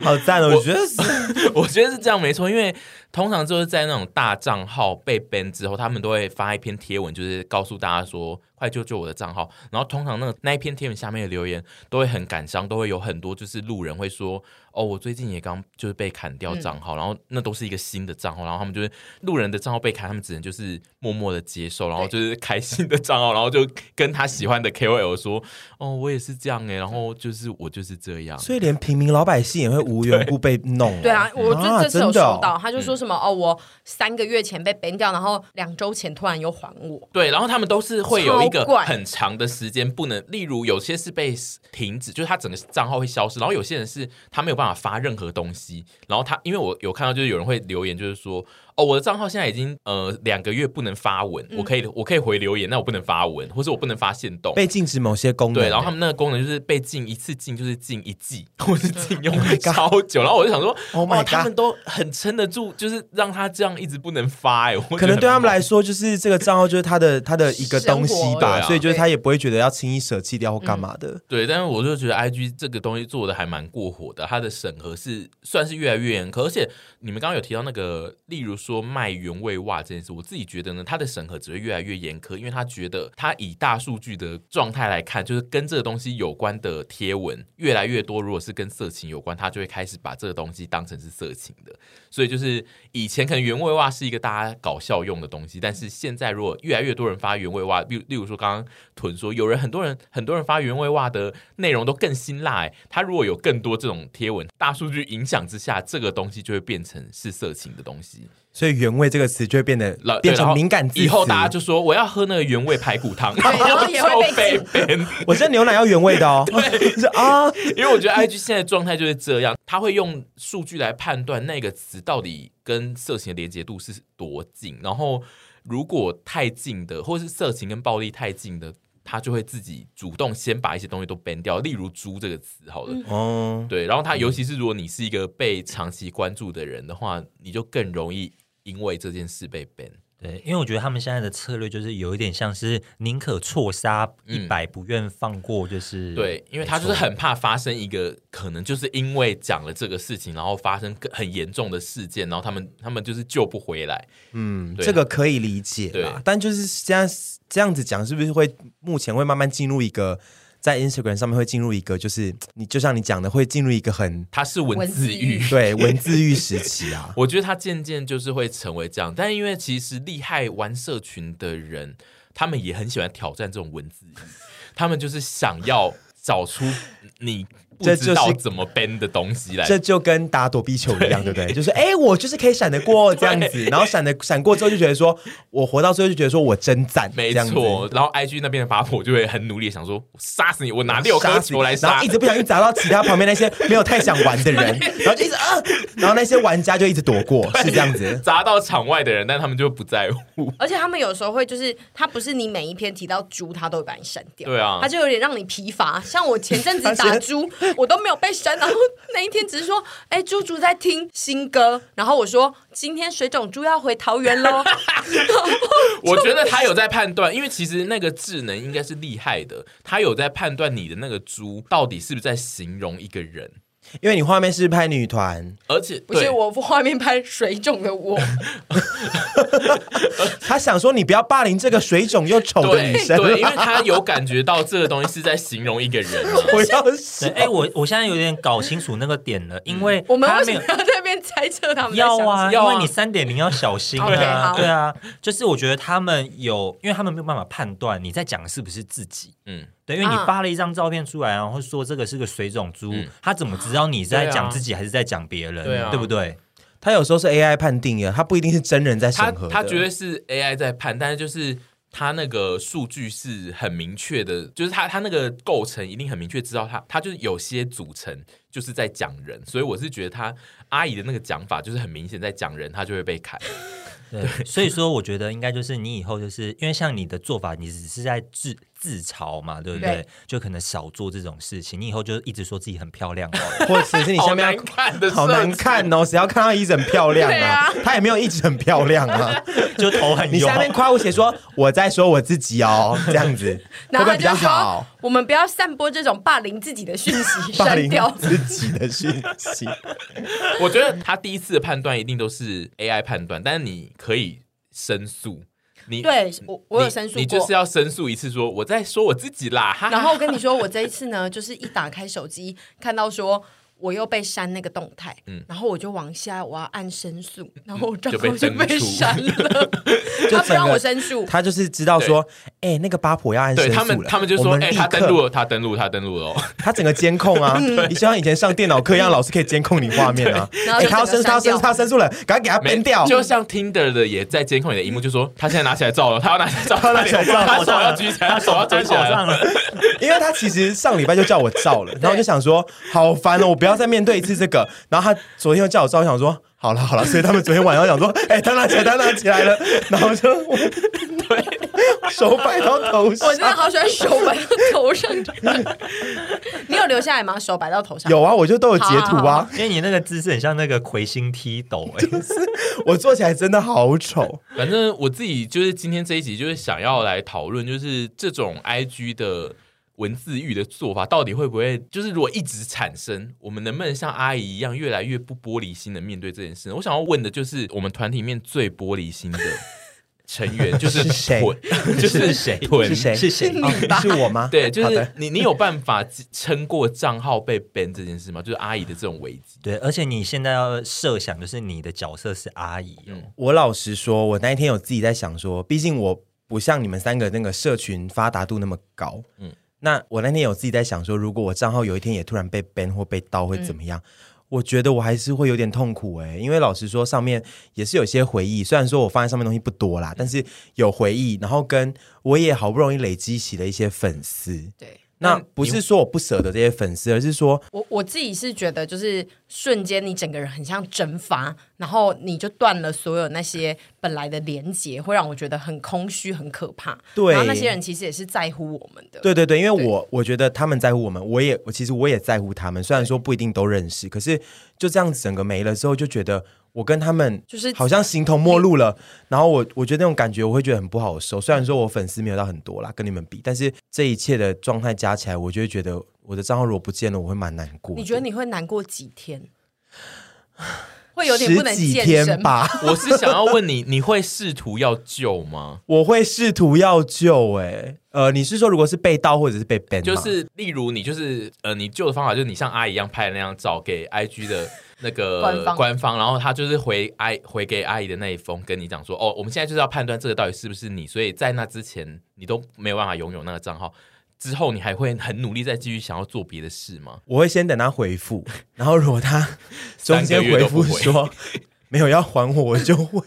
Speaker 3: 好赞哦！我觉得是
Speaker 4: 我觉得是这样没错，因为通常就是在那种大账号被 ban 之后，他们都会发一篇贴文，就是告诉大家说快救救我的账号。然后通常那个那一篇贴文下面的留言都会很感伤，都会有很多就是路人会说哦，我最近也刚就是被砍掉账号，然后那都是一个新的账号，然后他们就是路人的账号被砍，他们只能就是默默的接受，然后就是开新的账号， 然后就跟他喜欢的 KOL 说哦，我也是这样哎、然后就是我就是这样，
Speaker 3: 所以连平民老百姓也会无缘无故被弄、
Speaker 2: 对啊，我就这次有
Speaker 3: 真的
Speaker 2: 收
Speaker 3: 哦
Speaker 2: 到，他就说什么哦，我三个月前被 ban 掉，然后两周前突然又还我，
Speaker 4: 对，然后他们都是会有一个
Speaker 2: 超怪
Speaker 4: 很长的时间不能，例如有些是被停止，就是他整个账号会消失，然后有些人是他没有办法发任何东西，然后他因为我有看到就是有人会留言，就是说哦，我的账号现在已经呃两个月不能发文，我
Speaker 2: 嗯
Speaker 4: 可以我可以回留言，那我不能发文，或是我不能发现动。
Speaker 3: 被禁止某些功能。
Speaker 4: 对，然后他们那个功能就是被禁一次禁就是禁一季，或是
Speaker 2: Oh
Speaker 4: 禁用超久。然后我就想说
Speaker 3: Oh my
Speaker 4: 哇
Speaker 3: God
Speaker 4: 他们都很撑得住，就是让他这样一直不能发、哎，我觉得
Speaker 3: 可能对他们
Speaker 4: 很
Speaker 3: 来说，就是这个账号就是他 的他的一个东西
Speaker 2: 生活
Speaker 3: 吧，
Speaker 4: 对啊
Speaker 3: 所以就是他也不会觉得要轻易舍弃掉或干嘛的。
Speaker 4: 对，但是我就觉得 I G 这个东西做的还蛮过火的，它的审核是算是越来越严苛，而且你们刚刚有提到那个，例如说卖原味袜这件事，我自己觉得呢，它的审核只会越来越严苛，因为他觉得他以大数据的状态来看，就是跟这个东西有关的贴文越来越多，如果是跟色情有关，他就会开始把这个东西当成是色情的，所以就是以前可能原味袜是一个大家搞笑用的东西，但是现在如果越来越多人发原味袜，例如例如说刚刚屯说，有人很多人很多人发原味袜的内容都更辛辣、欸，他如果有更多这种贴文，大数据影响之下，这个东西就会变成是色情的东西，
Speaker 3: 所以“原味”这个词就会变得
Speaker 4: 老
Speaker 3: 变
Speaker 4: 对然
Speaker 3: 成
Speaker 4: 后
Speaker 3: 敏感字词。
Speaker 4: 以后大家就说我要喝那个原味排骨 汤，
Speaker 2: 对然后也会 被
Speaker 4: 就被 ban
Speaker 3: 我觉得牛奶要原味 的哦。 是啊，
Speaker 4: 因为我觉得 IG 现在的状态就是这样，他会用数据来判断那个词到底跟色情的连接度是多近，然后如果太近的，或是色情跟暴力太近的，他就会自己主动先把一些东西都 ban 掉，例如“猪”这个词，好了。
Speaker 3: 哦，
Speaker 4: 对，然后他尤其是如果你是一个被长期关注的人的话，你就更容易因为这件事被 ban。
Speaker 5: 对，因为我觉得他们现在的策略就是有一点像是宁可错杀一百，不愿放过，就是
Speaker 4: 嗯对，因为他就是很怕发生一个可能就是因为讲了这个事情，然后发生更很严重的事件，然后他们他们就是救不回来。
Speaker 3: 嗯，
Speaker 4: 对
Speaker 3: 这个可以理解啦
Speaker 4: 对。
Speaker 3: 但就是现在这样子讲，是不是会目前会慢慢进入一个在 Instagram 上面会进入一个，就是你就像你讲的，会进入一个很
Speaker 4: 他是文
Speaker 2: 文
Speaker 4: 字
Speaker 2: 字
Speaker 4: 狱
Speaker 2: 狱。
Speaker 3: 对文字狱时期啊
Speaker 4: 。我觉得他渐渐就是会成为这样，但因为其实厉害玩社群的人，他们也很喜欢挑战这种 文字狱，他们就是想要找出你不
Speaker 3: 这就是
Speaker 4: 知道怎么编的东西来。
Speaker 3: 这就跟打躲避球一样，对不对？就是哎、我就是可以闪得过这样子，然后闪得闪过之后就觉得说，我活到最后就觉得说我真赞，
Speaker 4: 没
Speaker 3: 这样子
Speaker 4: 错，然后 IG 那边的八婆就会很努力地想说，我杀死你，我拿六颗
Speaker 3: 杀死
Speaker 4: 球来
Speaker 3: 然
Speaker 4: 杀
Speaker 3: 后一。直不小心砸到其他旁边那些没有太想玩的 人，然后就一直啊，然后那些玩家就一直躲过，是这样子。
Speaker 4: 砸到场外的人，但他们就不在乎。
Speaker 2: 而且他们有时候会就是，他不是你每一篇提到猪，他都会把你删掉。
Speaker 4: 对啊
Speaker 2: 他就有点让你疲乏。像我前阵子打 猪，我都没有被删，然后那一天只是说，哎、猪猪在听新歌，然后我说今天水肿猪要回桃园 喽。
Speaker 4: 我觉得他有在判断，因为其实那个智能应该是厉害的，他有在判断你的那个猪到底是不是在形容一个人，
Speaker 3: 因为你画面是拍女团，
Speaker 4: 而且
Speaker 2: 不是
Speaker 4: 对
Speaker 2: 我画面拍水肿的我，
Speaker 3: 他想说你不要霸凌这个水肿又丑的
Speaker 4: 对
Speaker 3: 女生，
Speaker 4: 对，因为他有感觉到这个东西是在形容一个人哦。
Speaker 3: 我要死
Speaker 5: 对。。哎、我我现在有点搞清楚那个点了，因为
Speaker 2: 我们
Speaker 5: 他
Speaker 2: 为
Speaker 5: 没
Speaker 2: 什
Speaker 5: 有
Speaker 2: 么要在那边猜测他们在想
Speaker 5: 要
Speaker 2: 什么？
Speaker 5: 啊，
Speaker 4: 要啊
Speaker 5: 因为你三点零要小心
Speaker 2: OK，
Speaker 5: 啊，
Speaker 2: 好
Speaker 5: 对啊，就是我觉得他们有，因为他们没有办法判断你在讲的是不是自己。
Speaker 4: 嗯，
Speaker 5: 对，因为你
Speaker 2: 啊
Speaker 5: 发了一张照片出来，然后说这个是个水肿猪
Speaker 4: 嗯，
Speaker 5: 他怎么知道你在
Speaker 4: 对啊
Speaker 5: 讲自己还是在讲别人？
Speaker 4: 对啊
Speaker 5: 对不对？
Speaker 3: 他有时候是 AI 判定的，他不一定是真人在审
Speaker 4: 他
Speaker 3: 核的
Speaker 4: 他绝对是 AI 在判，但是就是他那个数据是很明确的，就是他他那个构成一定很明确，知道他他就是有些组成就是在讲人，所以我是觉得他阿姨的那个讲法就是很明显在讲人，他就会被砍。
Speaker 5: 对，所以说我觉得应该就是你以后就是因为像你的做法，你只是在自自嘲嘛，对不对？
Speaker 2: 对
Speaker 5: 就可能少做这种事情，你以后就一直说自己很漂亮好了。
Speaker 3: 或者是你
Speaker 4: 好
Speaker 3: 下面
Speaker 4: 难
Speaker 3: 要
Speaker 4: 看 的，
Speaker 3: 好难。看哦，谁要看到一直很漂亮
Speaker 2: 对
Speaker 3: 啊
Speaker 2: 啊？
Speaker 3: 她也没有一直很漂亮 啊。
Speaker 5: 就头很
Speaker 3: 你
Speaker 5: 油。
Speaker 3: 下面夸我写说我在说我自己 哦，这样子会不
Speaker 2: 然后
Speaker 3: 会
Speaker 2: 他
Speaker 3: 比较
Speaker 2: 就
Speaker 3: 好
Speaker 2: 说？，我们不要散播这种霸凌自己的讯息，
Speaker 3: 霸
Speaker 2: 删
Speaker 3: 凌
Speaker 2: 掉。
Speaker 3: 自己的讯息，
Speaker 4: 我觉得他第一次的判断一定都是 AI 判断，但是你可以申诉。你
Speaker 2: 对我，我有
Speaker 4: 你
Speaker 2: 申诉
Speaker 4: 你
Speaker 2: 过
Speaker 4: 就是。要申诉一次说我在说我自己啦。哈哈
Speaker 2: 然后我跟你说，我这一次呢，就是一打开手机，看到说我又被删那个动态，
Speaker 4: 嗯
Speaker 2: 然后我就往下，我要按申诉，
Speaker 3: 嗯
Speaker 2: 然后我账
Speaker 4: 就被
Speaker 2: 号就
Speaker 4: 登
Speaker 2: 被
Speaker 4: 出
Speaker 2: 删 了，
Speaker 3: 就
Speaker 2: 他不让
Speaker 3: 整个
Speaker 2: 我申诉。
Speaker 3: 他就是知道说，哎、那个八婆要按申
Speaker 4: 对
Speaker 3: 诉
Speaker 4: 他们
Speaker 3: 了，
Speaker 4: 他们就说
Speaker 3: 我们
Speaker 4: 哎、
Speaker 3: 立刻
Speaker 4: 他登录了，他登录，他 登录了哦。
Speaker 3: 他整个监控 啊，你就像以前上电脑课一样，老师可以监控你画面啊。
Speaker 2: 然后
Speaker 3: 哎
Speaker 2: 就
Speaker 3: 他要申诉，
Speaker 2: 整
Speaker 3: 他要
Speaker 2: 个
Speaker 3: 申诉，
Speaker 2: 删掉
Speaker 3: 他要申诉了，赶快给他
Speaker 4: 没
Speaker 3: 编掉。
Speaker 4: 就像 Tinder 的也在监控你的荧幕，就说他现在拿起来照了，他要拿起来照，
Speaker 3: 他拿起来照
Speaker 4: 他手要举起来，他手要举起
Speaker 5: 手
Speaker 4: 来。
Speaker 5: 上了，
Speaker 3: 因为他其实上礼拜就叫我照了，然后我就想说，好烦哦，我不不要再面对一次这个。然后他昨天又叫我照，我想说好了好了，所以他们昨天晚上想说，哎、他拿起来，他拿起来了，然后就对手摆到头上
Speaker 2: 我。真的好喜欢手摆到头上， 你有留下来吗？手摆到头上，
Speaker 3: 有啊，我就都有截图
Speaker 2: 好好
Speaker 3: 啊。
Speaker 5: 因为你那个姿势很像那个魁星踢斗、哎，
Speaker 3: 我做起来真的好丑，
Speaker 4: 反正我自己就是今天这一集就是想要来讨论，就是这种 IG 的文字狱的做法到底会不会，就是如果一直产生，我们能不能像阿姨一样越来越不玻璃心的面对这件事？我想要问的就是我们团体里面最玻璃心的成员就 是
Speaker 3: 是谁
Speaker 4: 豚， 就是
Speaker 5: 谁
Speaker 4: 豚
Speaker 3: 是谁？
Speaker 5: 是谁
Speaker 3: 哦是我吗？
Speaker 4: 对，就
Speaker 3: 好
Speaker 4: 是
Speaker 3: 的
Speaker 4: 你，你有办法撑过账号被 ban 这件事吗？就是阿姨的这种危机，
Speaker 5: 对，而且你现在要设想，就是你的角色是阿姨哦，
Speaker 3: 我老实说，我那一天有自己在想说，毕竟我不像你们三个那个社群发达度那么高，嗯
Speaker 4: 嗯，
Speaker 3: 那我那天有自己在想说，如果我账号有一天也突然被 ban 或被盗会怎么样？我觉得我还是会有点痛苦诶、因为老实说，上面也是有些回忆。虽然说我放在上面的东西不多啦，但是有回忆，然后跟我也好不容易累积起了一些粉丝。
Speaker 2: 对。
Speaker 3: 那不是说我不舍得这些粉丝，而是说
Speaker 2: 我我自己是觉得，就是瞬间你整个人很像蒸发，然后你就断了所有那些本来的连接，会让我觉得很空虚、很可怕。
Speaker 3: 对
Speaker 2: 然后那些人其实也是在乎我们的。
Speaker 3: 对对对，因为
Speaker 2: 对
Speaker 3: 我我觉得他们在乎我们，我也我其实我也在乎他们，虽然说不一定都认识，可是就这样子整个没了之后，就觉得我跟他们
Speaker 2: 就是
Speaker 3: 好像形同陌路了。然后我我觉得那种感觉，我会觉得很不好受。虽然说我粉丝没有到很多啦，跟你们比，但是这一切的状态加起来，我就会觉得我的账号如果不见了，我会蛮难过的。
Speaker 2: 你觉得你会难过几天？ 会有点不
Speaker 3: 十
Speaker 2: 能
Speaker 3: 几
Speaker 2: 健身
Speaker 3: 天？ 吧？
Speaker 4: 我是想要问你，你会试图要救吗？
Speaker 3: 我会试图要救、欸，呃，你是说如果是被盗或者是被 ban，吗
Speaker 4: 就是例如你就是呃，你救的方法就是你像阿姨一样拍的那张照给 IG 的那个
Speaker 2: 官方
Speaker 4: 然后他就是回阿姨回给阿姨的那一封，跟你讲说哦，我们现在就是要判断这个到底是不是你，所以在那之前你都没有办法拥有那个账号。之后你还会很努力再继续想要做别的事吗？
Speaker 3: 我会先等他回复，然后如果他中间回复
Speaker 4: 三
Speaker 3: 说没有要还我，我就会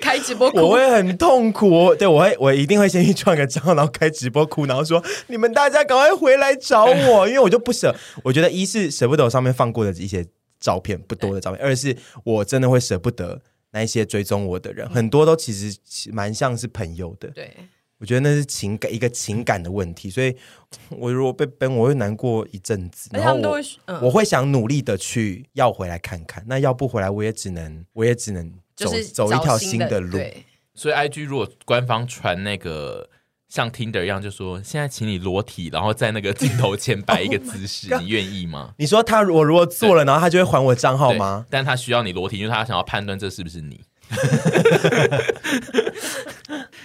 Speaker 2: 开直播
Speaker 3: 我
Speaker 2: 哭，
Speaker 3: 会很痛苦。我对我会我一定会先去创个账号，然后开直播哭，然后说你们大家赶快回来找我，因为我就不舍。我觉得一是舍不得我上面放过的一些照片不多的照片，二是我真的会舍不得。那一些追踪我的人，很多都其实蛮像是朋友的。
Speaker 2: 对，
Speaker 3: 我觉得那是情感一个情感的问题，所以 我如果被崩，我会难过一阵子。
Speaker 2: 而且
Speaker 3: 然
Speaker 2: 他
Speaker 3: 后
Speaker 2: 们都
Speaker 3: 我
Speaker 2: 会嗯
Speaker 3: 我会想努力的去要回来看看，那要不回来，我也只能我也只能走、
Speaker 2: 就是
Speaker 3: 走一
Speaker 2: 找
Speaker 3: 条
Speaker 2: 新
Speaker 3: 的路。
Speaker 2: 对
Speaker 4: 所以 IG 如果官方传那个像 Tinder 一样，就说现在请你裸体，然后在那个镜头前摆 一
Speaker 2: Oh
Speaker 4: 个姿势你愿意吗？
Speaker 3: 你说他如我如果做了，然后他就会还我账号吗？
Speaker 4: 对？但他需要你裸体，因为他想要判断这是不是你。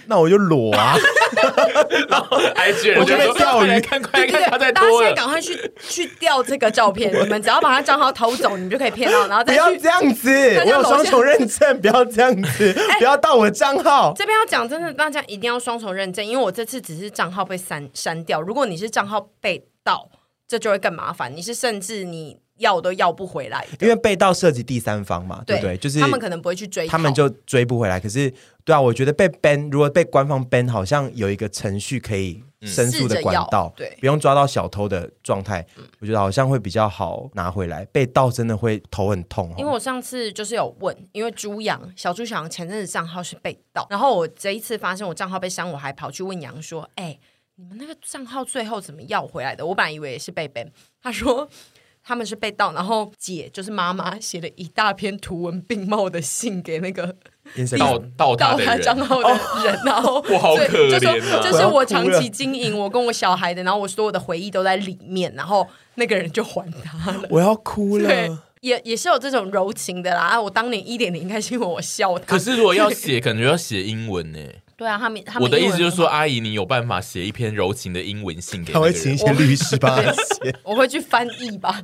Speaker 3: 那我就裸 啊！
Speaker 4: IG 人
Speaker 3: 我觉得
Speaker 4: 就说
Speaker 3: 钓鱼
Speaker 4: 快来看，快来
Speaker 2: 对对
Speaker 4: 看，他在
Speaker 2: 对，大家
Speaker 4: 多
Speaker 2: 现在
Speaker 4: 了。
Speaker 2: 赶快去去调这个照 片，你们只要把他账号偷走，你们就可以骗到，然后
Speaker 3: 不
Speaker 2: 再
Speaker 3: 要
Speaker 2: 去
Speaker 3: 这样子，
Speaker 2: 大
Speaker 3: 我
Speaker 2: 家
Speaker 3: 有
Speaker 2: 裸
Speaker 3: 双
Speaker 2: 下哎
Speaker 3: 重认证，不要这样子， 不要盗我账号。
Speaker 2: 这边要讲，真的，大家一定要双重认证，因为我这次只是账号被删删掉。如果你是账号被盗，这就会更麻烦。你是甚至你要都要不回来的，
Speaker 3: 因为被盗涉及第三方嘛，对不对？就是
Speaker 2: 他们可能不会去追讨，
Speaker 3: 他们就追不回来。可是，对啊，我觉得被 ban 如果被官方 ban，好像有一个程序可以
Speaker 5: 嗯
Speaker 3: 申诉的管道，
Speaker 2: 试着要对嗯
Speaker 3: 不用抓到小偷的状态，我觉得好像会比较好拿回来。被盗真的会头很痛哦，
Speaker 2: 因为我上次就是有问，因为猪羊小猪小羊前阵子账号是被
Speaker 4: 嗯
Speaker 2: 盗，然后我这一次发现我账号被删，我还跑去问羊说：“哎、你们那个账号最后怎么要回来的？”我本来以为也是被 ban，他说。 他们是被盗，然后姐就是妈妈写了一大篇图文并茂的信给那个
Speaker 4: 到
Speaker 3: Instagram
Speaker 4: 到他
Speaker 2: 盗
Speaker 4: 的
Speaker 2: 他账
Speaker 4: 人，
Speaker 2: 号的人，然后
Speaker 4: 我好
Speaker 2: 对
Speaker 4: 可
Speaker 2: 就说
Speaker 4: 怜啊
Speaker 2: 这是我长期经营我跟我小孩的，然后我所有的回忆都在里面，然后那个人就还他了。
Speaker 3: 我要哭
Speaker 2: 对
Speaker 3: 了。，
Speaker 2: 也也是有这种柔情的啦。啊，我当年一点点应该是因为我笑他。
Speaker 4: 可是如果要 写，感觉要写英文呢。
Speaker 2: 对啊，他们他们
Speaker 4: 我的
Speaker 2: 英
Speaker 4: 意
Speaker 2: 文
Speaker 4: 思就是
Speaker 2: 很
Speaker 4: 说，
Speaker 2: 好，
Speaker 4: 阿姨，你有办法写一篇柔情的英文信给
Speaker 3: 他
Speaker 4: 那
Speaker 3: 会
Speaker 4: 个
Speaker 3: 请一
Speaker 4: 人？
Speaker 3: 些律师 帮他写，
Speaker 2: 我会去翻译吧。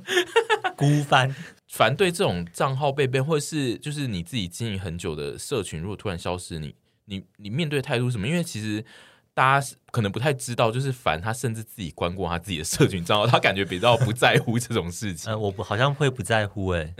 Speaker 5: 孤帆。
Speaker 4: 反对这种账号被 ban，或者是就是你自己经营很久的社群，如果突然消失，你你你面对态度是什么？因为其实。大家是可能不太知道，就是凡他甚至自己关过他自己的社群账号，他感觉比较不在乎这种事情。
Speaker 5: 呃，我不好像会不在乎哎、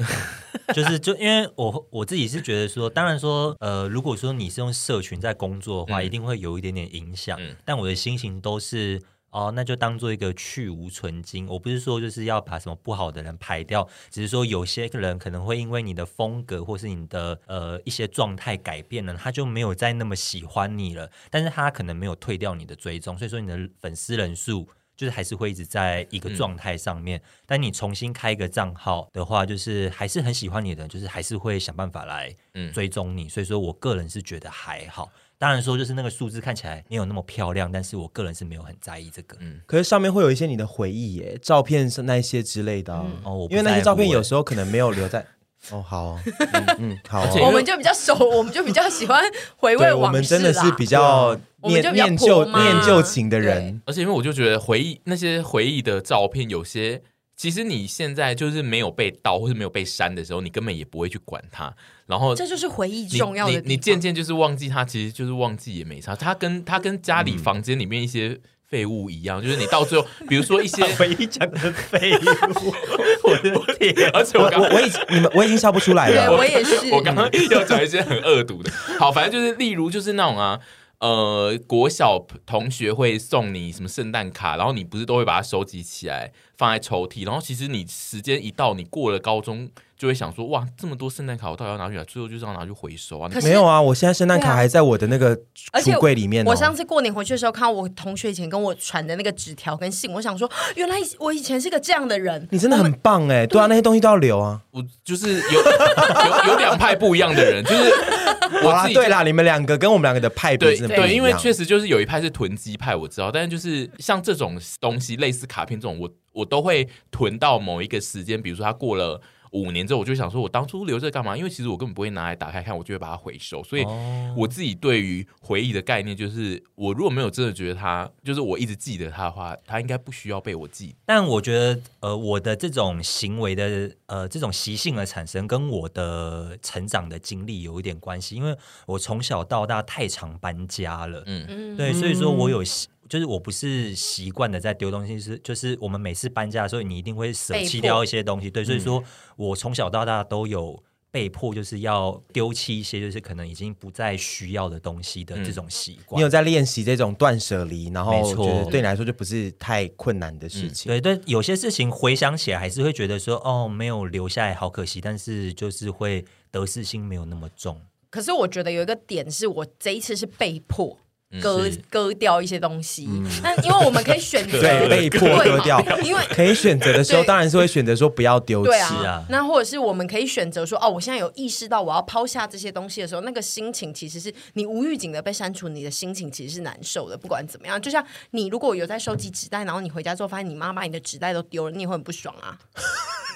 Speaker 5: 就是就因为我我自己是觉得说，当然说，呃，如果说你是用社群在工作的话，
Speaker 4: 嗯
Speaker 5: 一定会有一点点影响，
Speaker 4: 嗯
Speaker 5: 但我的心情都是。哦，那就当做一个去无存精。我不是说就是要把什么不好的人排掉，只是说有些人可能会因为你的风格或是你的呃一些状态改变了，他就没有再那么喜欢你了，但是他可能没有退掉你的追踪，所以说你的粉丝人数。就是还是会一直在一个状态上面，但你重新开一个账号的话，就是还是很喜欢你的人，就是还是会想办法来
Speaker 4: 嗯
Speaker 5: 追踪你。所以说我个人是觉得还好，当然说就是那个数字看起来没有那么漂亮，但是我个人是没有很在意这个。
Speaker 3: 可是上面会有一些你的回忆耶，照片是那一些之类的啊、
Speaker 2: 嗯
Speaker 5: 哦，我不
Speaker 3: 因为那些
Speaker 5: 在
Speaker 3: 照片
Speaker 5: 乎
Speaker 3: 有
Speaker 5: 欸
Speaker 3: 时候可能没有留 在。哦，好哦，嗯，嗯好、
Speaker 4: 而且
Speaker 3: 哦。
Speaker 2: 我们就比较熟，我们就比较喜欢回味
Speaker 3: 对，
Speaker 2: 往事
Speaker 3: 我们真的
Speaker 2: 啦啊
Speaker 3: 是比较
Speaker 2: 我们
Speaker 3: 念
Speaker 2: 就比较
Speaker 3: 念旧
Speaker 2: 婆妈
Speaker 3: 念旧情的人，
Speaker 4: 而且因为我就觉得回忆那些回忆的照片，有些其实你现在就是没有被盗或是没有被删的时候，你根本也不会去管它。然后
Speaker 2: 这就是回忆
Speaker 4: 你
Speaker 2: 重要的
Speaker 4: 你
Speaker 2: 地方
Speaker 4: 你渐渐就是忘记它，其实就是忘记也没差。它跟它跟家
Speaker 2: 嗯
Speaker 4: 里房间里面一些废物一样，就是你到最后，比如说一些，
Speaker 5: 唯一讲的废物，我的 天！啊
Speaker 4: 而 且
Speaker 3: 我
Speaker 4: 我刚
Speaker 3: 我我已经你们我已经笑不出来
Speaker 2: 对，
Speaker 3: 了。
Speaker 2: 我也 是。
Speaker 4: 我刚刚要讲一些很恶毒的。好，反正就是例如就是那种啊。呃，国小同学会送你什么圣诞卡，然后你不是都会把它收集起来放在抽屉，然后其实你时间一到，你过了高中就会想说，哇，这么多圣诞卡我到底要拿去哪？最后就是要拿去回收啊。
Speaker 2: 可是
Speaker 3: 没有啊，我现在圣诞
Speaker 2: 对
Speaker 3: 卡
Speaker 2: 啊
Speaker 3: 还在我的那个
Speaker 2: 而且
Speaker 3: 橱柜里面、哦
Speaker 2: 我上次过年回去的时候，看到我同学以前跟我传的那个纸条跟信，我想说，原来我以前是个这样的人。
Speaker 3: 你真的很棒哎，对啊，那些东西都要留啊。
Speaker 4: 我就是有有有 两派不一样的人，就是
Speaker 3: 好
Speaker 4: 我
Speaker 3: 啦，
Speaker 4: 自 己
Speaker 3: 对啦，你们两个跟我们两个的派别
Speaker 4: 对
Speaker 3: 真的不一
Speaker 4: 对，
Speaker 3: 样
Speaker 4: 因为确实就是有一派是囤积派，我知道，但是就是像这种东西，类似卡片这种，我我都会囤到某一个时间，比如说它过了。五年之后，我就想说，我当初留着干嘛？因为其实我根本不会拿来打开看，我就会把它回收。所以
Speaker 3: 哦
Speaker 4: 我自己对于回忆的概念，就是我如果没有真的觉得它，就是我一直记得它的话，它应该不需要被我记。
Speaker 5: 但我觉得，呃，我的这种行为的，呃，这种习性的产生，跟我的成长的经历有一点关系，因为我从小到大太常搬家了，
Speaker 4: 嗯，
Speaker 5: 对，所以说我有习，就是我不是习惯的在丢东西，是就是我们每次搬家的时候，你一定会舍
Speaker 2: 被
Speaker 5: 弃
Speaker 2: 迫
Speaker 5: 掉一些东西，对，所以
Speaker 3: 嗯
Speaker 5: 说我从小到大都有。被迫就是要丢弃一些，就是可能已经不再需要的东西的这种习
Speaker 3: 嗯你
Speaker 5: 惯。
Speaker 3: 有在练习这种断舍离，然后
Speaker 5: 没错嗯
Speaker 3: 就是对你来说就不是太困难的事情。
Speaker 5: 对，但有些事情回想起来还是会觉得说，哦，没有留下来好可惜，但是就是会得失心没有那么重。
Speaker 2: 可是我觉得有一个点是我这一次是被迫。
Speaker 4: 嗯
Speaker 2: 割割掉一些东西，那、因为我们可以选 择
Speaker 3: 对被迫
Speaker 2: 对嘛
Speaker 3: 丢掉
Speaker 2: 因为
Speaker 3: 可以选择的时候，
Speaker 2: 对
Speaker 3: 当然是会选择说不要丢弃
Speaker 2: 对
Speaker 5: 是
Speaker 2: 啊
Speaker 5: 啊，
Speaker 2: 那或者是我们可以选择说，哦，我现在有意识到我要抛下这些东西的时候，那个心情其实是你无预警的被删除，你的心情其实是难受的。不管怎么样，就像你如果有在收集纸袋，然后你回家之后发现你妈把你的纸袋都丢了，你也会很不爽啊。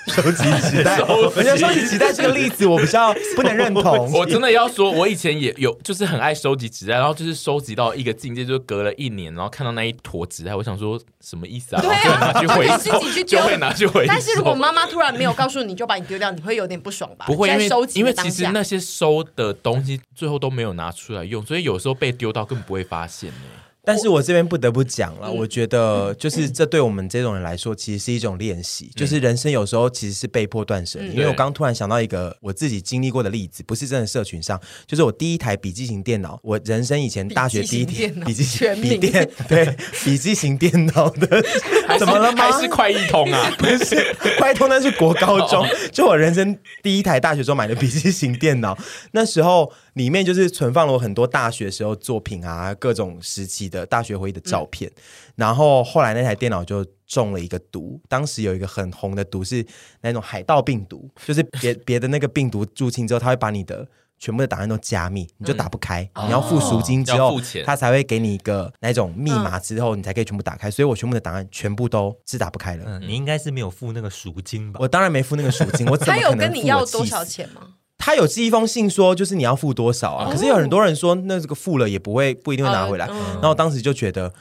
Speaker 3: 收集纸袋。我觉得收集纸袋这个例子，我比较不能认同。
Speaker 4: 我真的要说，我以前也有，就是很爱收集纸袋，然后就是收集到一个境界，就是隔了一年，然后看到那一坨纸袋，我想说什么意思啊？
Speaker 2: 对啊
Speaker 4: 然后就拿去回收，
Speaker 2: 就自己去
Speaker 4: 就
Speaker 2: 丢
Speaker 4: 会拿去回收。
Speaker 2: 但哎是如
Speaker 3: 哎
Speaker 2: 果妈妈突然没有告诉你就把你丢掉，你会有点不爽啊吧？
Speaker 4: 不会，因
Speaker 2: 在
Speaker 4: 为
Speaker 2: 收集
Speaker 4: 因
Speaker 2: 的
Speaker 4: 为
Speaker 2: 当
Speaker 4: 其实
Speaker 2: 下
Speaker 4: 那些收的东西最后都没有拿出来用，所以有时候被丢到更不会发现呢。
Speaker 3: 但是我这边不得不讲了，我觉得就是这对我们这种人来说，其实是一种练习。就是人生有时候其实是被迫断舍离。因为我刚突然想到一个我自己经历过的例子，不是真的社群上，就是我第一台笔记型电脑，我人生以前大学第一天笔
Speaker 2: 笔
Speaker 3: 记
Speaker 2: 记型
Speaker 3: 型笔
Speaker 2: 电脑全名
Speaker 3: 电对笔记型电脑的，怎么了吗？
Speaker 4: 还是快一通啊？
Speaker 3: 不 是，快通那是国高
Speaker 4: 哦
Speaker 3: 中，就我人生第一台大学时候买的笔记型电脑，那时候里面就是存放了我很多大学时候作品啊，各种时期的大学回忆的照片。
Speaker 4: 嗯
Speaker 3: 然后后来那台电脑就中了一个毒，当时有一个很红的毒是那种海盗病毒，就是别 别的那个病毒入侵之后，它会把你的。全部的档案都加密，你就打不开。你要付赎金之
Speaker 4: 嗯哦要
Speaker 3: 后
Speaker 4: 付，钱嗯
Speaker 3: 它才会给你一个那种密码，之后你才可以全部打开。所以我全部的档案全部都是打不开了。
Speaker 5: 嗯，你应该是没有付那个赎金吧？
Speaker 3: 我当然没付那个赎金，我怎么
Speaker 2: 他有
Speaker 3: 可能
Speaker 2: 跟
Speaker 3: 付
Speaker 2: 你要
Speaker 3: 我气
Speaker 2: 多少
Speaker 3: 死？
Speaker 2: 钱吗？
Speaker 3: 他有寄一封信说，就是你要付多少啊？可是有很多人说，那这个付了也不会不一定会拿回来。
Speaker 2: 哦
Speaker 3: 然后我当时就觉得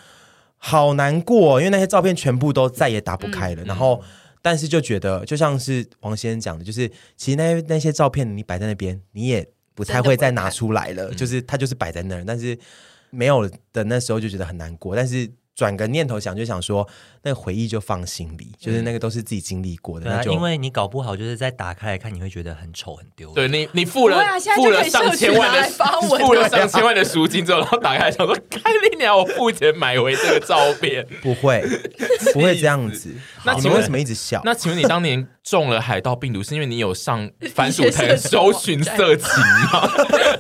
Speaker 3: 好难过哦，因为那些照片全部都再也打不开
Speaker 2: 嗯
Speaker 3: 了。然后，但是就觉得，就像是王先生讲的，就是其实那那些照片你摆在那边，你也不太会再
Speaker 2: 嗯
Speaker 3: 拿出来了，就是它就是摆在那儿，但是没有的那时候就觉得很难过，但是。转个念头想，就想说那个回忆就放心里，就是
Speaker 2: 嗯
Speaker 3: 那个都是自己经历过的，
Speaker 5: 对
Speaker 3: 那
Speaker 5: 啊，
Speaker 3: 就
Speaker 5: 因为你搞不好就是在打开来看，你会觉得很丑很丢脸。
Speaker 4: 对你，你付了、
Speaker 2: 不会啊现在就
Speaker 4: 付了
Speaker 2: 可以社
Speaker 4: 上
Speaker 2: 群
Speaker 4: 千万
Speaker 2: 拿
Speaker 4: 的
Speaker 2: 来发文
Speaker 4: 付了
Speaker 2: 了
Speaker 4: 上千万的赎金之后，然后打开来想说，开你娘！我付钱买回这个照片。
Speaker 3: 不 会不会这样子。
Speaker 4: 那
Speaker 3: 好你
Speaker 4: 请
Speaker 3: 们
Speaker 4: 问
Speaker 3: 为什么一直笑？
Speaker 4: 那请问你当年中了海盗病毒，是因为你有上番薯
Speaker 2: 一
Speaker 4: 藤
Speaker 2: 些社群
Speaker 4: 搜寻色情吗？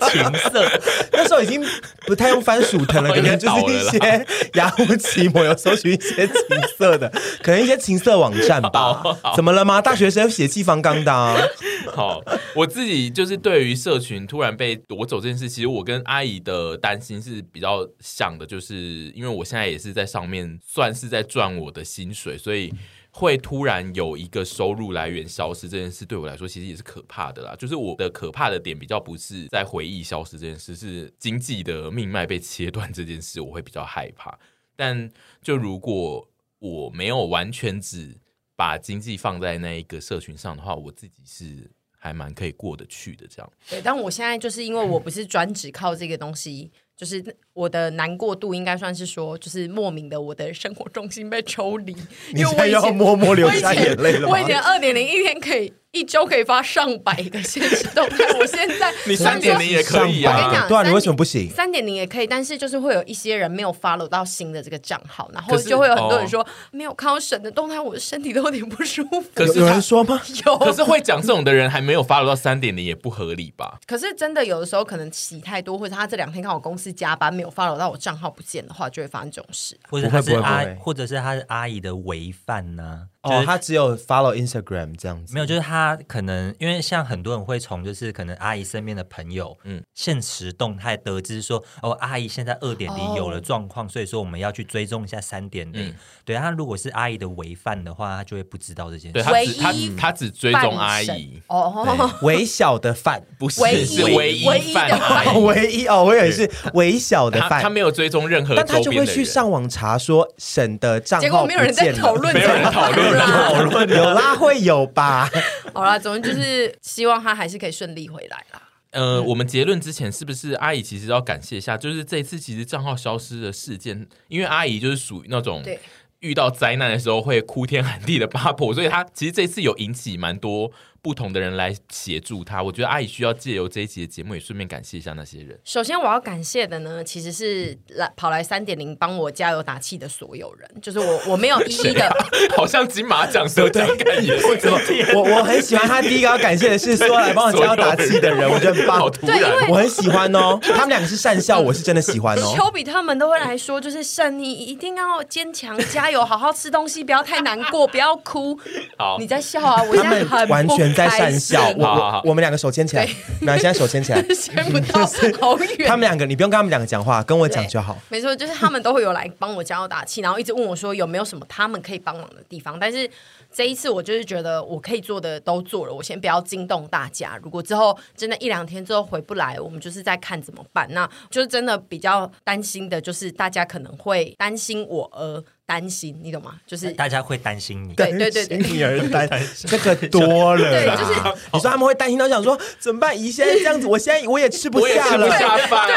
Speaker 5: 情色，
Speaker 3: 那时候已经不太用番薯藤了，
Speaker 4: 我
Speaker 3: 可
Speaker 4: 哦已经
Speaker 3: 能就是一些 雅虎奇摩有搜寻一些情色的， 可能一些情色网站 吧。
Speaker 4: 哦
Speaker 3: 怎么了吗？大学生血气方刚的、啊，
Speaker 4: 好，我自己就是对于社群突然被夺走这件事，其实我跟阿姨的担心是比较像的，就是因为我现在也是在上面算是在赚我的薪水，所以。会突然有一个收入来源消失这件事，对我来说其实也是可怕的啦。就是我的可怕的点比较不是在回忆消失这件事，是经济的命脉被切断这件事，我会比较害怕。但就如果我没有完全只把经济放在那一个社群上的话，我自己是还蛮可以过得去的。这样，
Speaker 2: 对，但我现在就是因为我不是专职靠这个东西，就是我的难过度应该算是说，就是莫名的我的生活重心被抽 离，
Speaker 1: 你
Speaker 2: 因为
Speaker 1: 现
Speaker 2: 我
Speaker 1: 在
Speaker 2: 以
Speaker 1: 要
Speaker 2: 前
Speaker 1: 默默流
Speaker 2: 我以
Speaker 1: 下眼
Speaker 2: 前
Speaker 1: 泪了吗
Speaker 2: 我以？前二点零一天可以一周可以发上百个现实动态，我现在
Speaker 4: 你
Speaker 2: 虽然说
Speaker 4: 3.0也可以
Speaker 2: 我跟你
Speaker 4: 啊
Speaker 2: 讲，
Speaker 3: 对啊，你
Speaker 2: 3.0
Speaker 3: 为什么不行？
Speaker 2: 三点零也可以，但是就是会有一些人没有 follow 到新的这个账号，然后
Speaker 4: 可是哦
Speaker 2: 就会有很多人说、没有看到神的动态，我的身体都有点不舒服。
Speaker 4: 可是
Speaker 3: 有
Speaker 4: 他
Speaker 3: 人说吗？
Speaker 2: 有，
Speaker 4: 可是会讲这种的人还没有发落到三点零，也不合理吧？
Speaker 2: 可是真的有的时候可能洗太多，或者他这两天刚好公司加班没有 follow 到我账号不见的话，就会发生这种事。
Speaker 5: 或者他
Speaker 3: 不
Speaker 5: 是
Speaker 3: 会不会
Speaker 5: 阿
Speaker 3: 不会，
Speaker 5: 或者是他是阿姨的违犯呢？就
Speaker 3: 哦
Speaker 5: 是，
Speaker 3: 他只有 follow Instagram 这样子，
Speaker 5: 没有，就是他可能因为像很多人会从就是可能阿姨身边的朋友，嗯，现实动态得知说，哦，阿姨现在二点零
Speaker 2: 哦
Speaker 5: 有了状况，所以说我们要去追踪一下三点零
Speaker 4: 嗯。
Speaker 5: 对他如果是阿姨的违犯的话，他就会不知道这件
Speaker 4: 对
Speaker 5: 事。
Speaker 4: 他
Speaker 2: 唯
Speaker 4: 只
Speaker 2: 一
Speaker 4: 他只他只追踪阿姨，
Speaker 2: 哦，
Speaker 3: 微小的饭，
Speaker 4: 不是
Speaker 2: 唯一
Speaker 4: 是唯一
Speaker 2: 唯一的
Speaker 4: 犯阿
Speaker 3: 哦
Speaker 4: 姨，
Speaker 3: 唯一哦，我以为是微小的
Speaker 4: 他他
Speaker 3: 饭，
Speaker 4: 没有追踪任何
Speaker 3: 但他
Speaker 4: 周
Speaker 3: 就
Speaker 4: 边
Speaker 3: 会
Speaker 4: 的
Speaker 3: 去
Speaker 4: 人。
Speaker 3: 上网查说沈的账
Speaker 2: 结
Speaker 3: 号
Speaker 2: 果没有人在讨论，
Speaker 4: 没有人讨
Speaker 2: 啦。
Speaker 4: 论
Speaker 3: 讨论，有啦会有吧？
Speaker 2: 好啦，总之就是希望他还是可以顺利回来啦。
Speaker 4: 呃，
Speaker 2: 嗯
Speaker 4: 我们结论之前是不是阿姨其实要感谢一下？就是这一次其实账号消失的事件，因为阿姨就是属于那种
Speaker 2: 对
Speaker 4: 遇到灾难的时候会哭天喊地的八婆，所以她其实这次有引起蛮多不同的人来协助她。我觉得阿姨需要借由这一集的节目，也顺便感谢一下那些人。
Speaker 2: 首先我要感谢的呢，其实是来跑来三点零帮我加油打气的所有人，就是我 我没有 一一的，
Speaker 3: 啊
Speaker 4: 好像金马奖得奖感言，我怎么
Speaker 3: 我我很喜欢他第一个要感谢的是说来帮我加油打气 的人，我觉得很
Speaker 4: 好
Speaker 3: 棒。
Speaker 4: 突
Speaker 2: 对，因
Speaker 4: 然？
Speaker 2: 为
Speaker 3: 我很喜欢哦，他们两个是善笑，我是真的喜欢哦。
Speaker 2: 丘比特们都会来说，就是胜，你一定要坚强，加油，好好吃东西，不要太难过，不要哭。
Speaker 4: 好
Speaker 2: 你在笑啊？我现
Speaker 3: 他
Speaker 2: 在很
Speaker 3: 们完全在善笑，
Speaker 2: 不
Speaker 3: 我
Speaker 4: 好好好
Speaker 3: 我我们两个手牵起来，我们俩现在手牵起来
Speaker 2: 开，心想不到好远。
Speaker 3: 他们两个你不用跟他们两个讲话，跟我讲就好。
Speaker 2: 没错，就是他们都会有来帮我加油打气，然后一直问我说有没有什么他们可以帮忙的地方。但是这一次我就是觉得我可以做的都做了，我先不要惊动大家。如果之后真的一两天之后回不来，我们就是在看怎么办。那就是真的比较担心的，就是大家可能会担心我而担心，你懂吗？就是
Speaker 5: 大家会担心你，
Speaker 2: 对对对对。
Speaker 3: 女儿担 这个多了啦，
Speaker 2: 对就是
Speaker 3: 你说他们会担心到想说怎么办？姨现在这样子，我现在我也吃不
Speaker 4: 我也
Speaker 3: 下
Speaker 4: 吃不
Speaker 3: 了，
Speaker 4: 下饭，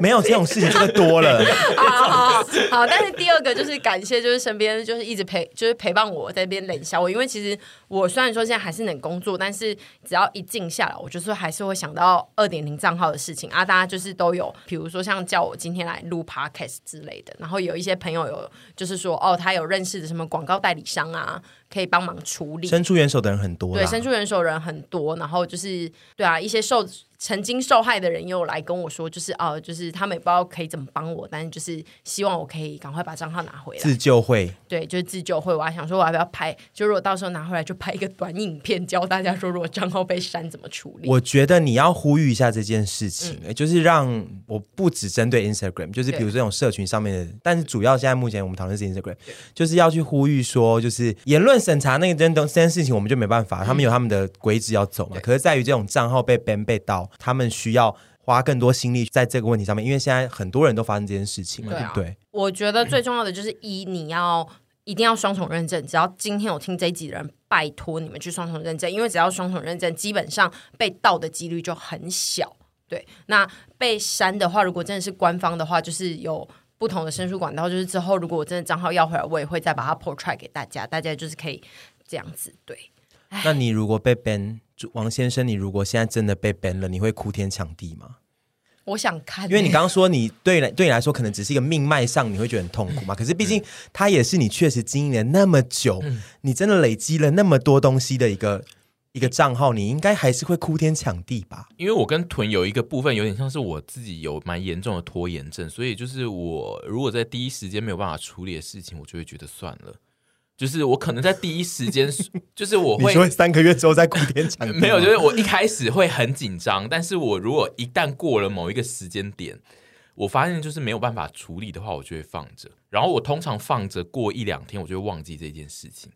Speaker 3: 没有这种事情，这个多 了。
Speaker 2: 好好好好，但是第二个就是感谢，就是身边就是一直陪，就是陪伴我在那边冷笑我，因为其实我虽然说现在还是能工作，但是只要一静下来，我就是还是会想到二点零账号的事情啊。大家就是都有，比如说像叫我今天来录 podcast 之类的，然后有一些朋友有就是说哦，他有认识的什么广告代理商啊，可以帮忙处理。
Speaker 3: 伸出援手的人很多
Speaker 2: 对，
Speaker 3: 啦，
Speaker 2: 伸出援手人很多，然后就是对啊，一些受曾经受害的人也有来跟我说，就是哦、就是他们也不知道可以怎么帮我，但是就是希望我可以赶快把账号拿回来。
Speaker 3: 自救会。
Speaker 2: 对，就是自救会，我还想说我要不要拍，就如果到时候拿回来就拍一个短影片，教大家说如果账号被删怎么处理。
Speaker 3: 我觉得你要呼吁一下这件事情，欸就是让我不只针对 Instagram，就是比如说
Speaker 2: 嗯对
Speaker 3: 这种社群上面的，但是主要现在目前我们讨论是 Instagram，就是要去呼吁说，就是言论审查那个真东这件事情，我们就没办法，他们有他们的规制要走嘛。可是在于这种账号被 ban 被盗，他们需要花更多心力在这个问题上面，因为现在很多人都发生这件事情嘛，
Speaker 2: 对
Speaker 3: 对
Speaker 2: 啊
Speaker 3: 不对？
Speaker 2: 我觉得最重要的就是一，你要一定要双重认证。只要今天有听这一集的人，拜托你们去双重认证，因为只要双重认证，基本上被盗的几率就很小。对，那被删的话，如果真的是官方的话，就是有。不同的申诉管道，就是之后如果我真的账号要回来，我也会再把它 portray 给大家，大家就是可以这样子对。
Speaker 3: 那你如果被 ban，就王先生，你如果现在真的被 ban 了，你会哭天抢地吗？
Speaker 2: 我想看欸、
Speaker 3: 因为你刚刚说你对来对你来说可能只是一个命脉上你会觉得很痛苦嘛，可是毕
Speaker 4: 嗯
Speaker 3: 竟它也是你确实经营了那么久，你真的累积了那么多东西的一个一个账号，你应该还是会哭天抢地吧？
Speaker 4: 因为我跟臀有一个部分有点像是我自己有蛮严重的拖延症，所以就是我如果在第一时间没有办法处理的事情，我就会觉得算了。就是我可能在第一时间，就是我
Speaker 1: 你
Speaker 4: 会
Speaker 1: 说三个月之后再哭天抢地吗，
Speaker 4: 没有，就是我一开始会很紧张，但是我如果一旦过了某一个时间点，我发现就是没有办法处理的话，我就会放着。然后我通常放着过一两天，我就会忘记这件事情。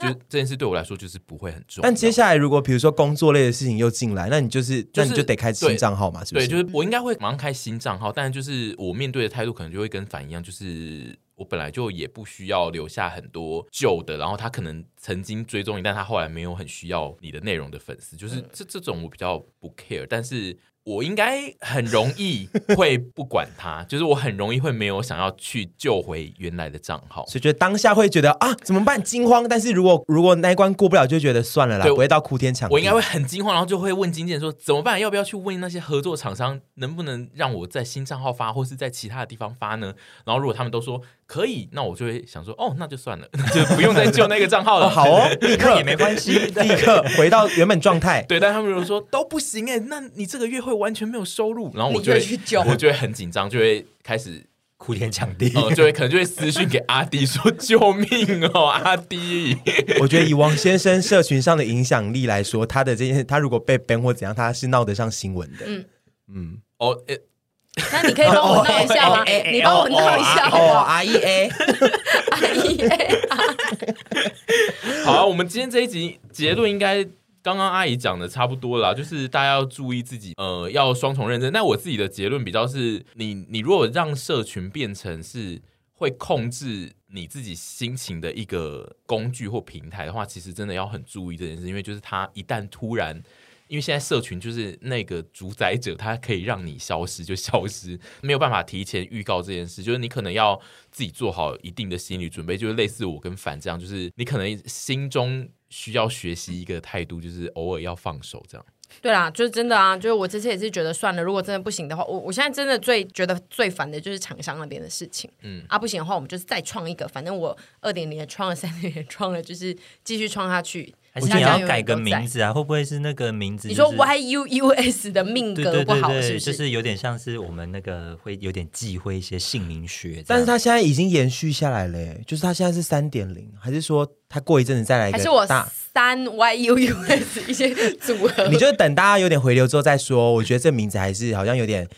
Speaker 4: 就
Speaker 2: 那
Speaker 4: 这件事对我来说就是不会很重要。
Speaker 3: 但接下来如果比如说工作类的事情又进来，那你就是、那你就得开新账号嘛，是不
Speaker 4: 对，
Speaker 3: 是？
Speaker 4: 就是我应该会马上开新账号，但就是我面对的态度可能就会跟反一样，就是我本来就也不需要留下很多旧的，然后他可能曾经追踪你，但他后来没有很需要你的内容的粉丝，就是这这种我比较不 care，但是。我应该很容易会不管他， 就是我很容易会没有想要去救回原来的账号，
Speaker 3: 所以觉得当下会觉得啊怎么办惊慌，但是如果如果那一关过不了，就觉得算了啦，
Speaker 4: 对
Speaker 3: 不会到哭天抢地。
Speaker 4: 我应该会很惊慌，然后就会问经纪人说怎么办？要不要去问那些合作厂商，能不能让我在新账号发，或是在其他的地方发呢？然后如果他们都说可以，那我就会想说，哦，那就 算了，就不用再救那个账号了。
Speaker 3: 哦好 哦，立刻
Speaker 5: 那也没关系
Speaker 3: 立刻回到原本状态。
Speaker 4: 对，但他们如果说都不行哎、那你这个月会完全没有收 入，然后我就会
Speaker 2: 立刻去救
Speaker 4: 我就会很紧张，就会开始。
Speaker 5: 哭天抢地。
Speaker 4: 呃，就会可能就会私讯给阿迪说：“救命哦，阿迪！”
Speaker 3: 我觉得以王先生社群上的影响力来说，他的这件他如果被 ban 或怎样，他是闹得上新闻的。
Speaker 2: 嗯
Speaker 3: 嗯
Speaker 4: 哦，诶
Speaker 2: 那你可以帮我闹一下吗？你帮我闹一下好不好？
Speaker 3: ，R E A，
Speaker 2: 阿姨，
Speaker 4: 好、啊，我们今天这一集结论应该刚刚阿姨讲的差不多了啦，啊就是大家要注意自己，呃，要双重认真。那我自己的结论比较是，你你如果让社群变成是会控制你自己心情的一个工具或平台的话，其实真的要很注意这件事，因为就是它一旦突然。因为现在社群就是那个主宰者，他可以让你消失就消失，没有办法提前预告这件事。就是你可能要自己做好一定的心理准备，就是类似我跟凡这样，就是你可能心中需要学习一个态度，就是偶尔要放手这样。
Speaker 2: 对啦，就是真的啊，就是我这次也是觉得算了，如果真的不行的话，我我现在真的最觉得最烦的就是厂商那边的事情，嗯，啊不行的话，我们就是再创一个，反正我二点零也创了，三点零也创了，就是继续创下去。
Speaker 5: 还是
Speaker 2: 大
Speaker 5: 你
Speaker 2: 家
Speaker 5: 要
Speaker 2: 永远
Speaker 5: 改个
Speaker 2: 都在
Speaker 5: 名字啊？会不会是那个名字、
Speaker 2: 你
Speaker 5: 就是？
Speaker 2: 说 Y U U S 的命
Speaker 5: 对
Speaker 2: 格
Speaker 5: 对
Speaker 2: 不
Speaker 5: 对
Speaker 2: 好
Speaker 5: 对，
Speaker 2: 是不？
Speaker 5: 就是是有点像是我们那个会有点忌讳一些姓名学这样，
Speaker 3: 但是他现在已经延续下来了耶，就是他现在是三点零，还是说他过一阵子再来一
Speaker 2: 还是
Speaker 3: 个
Speaker 2: 我
Speaker 3: 大？
Speaker 2: 三 Y U U S 一些组合？
Speaker 3: 你就等大家有点回流之后再说。我觉得这名字还是好像有点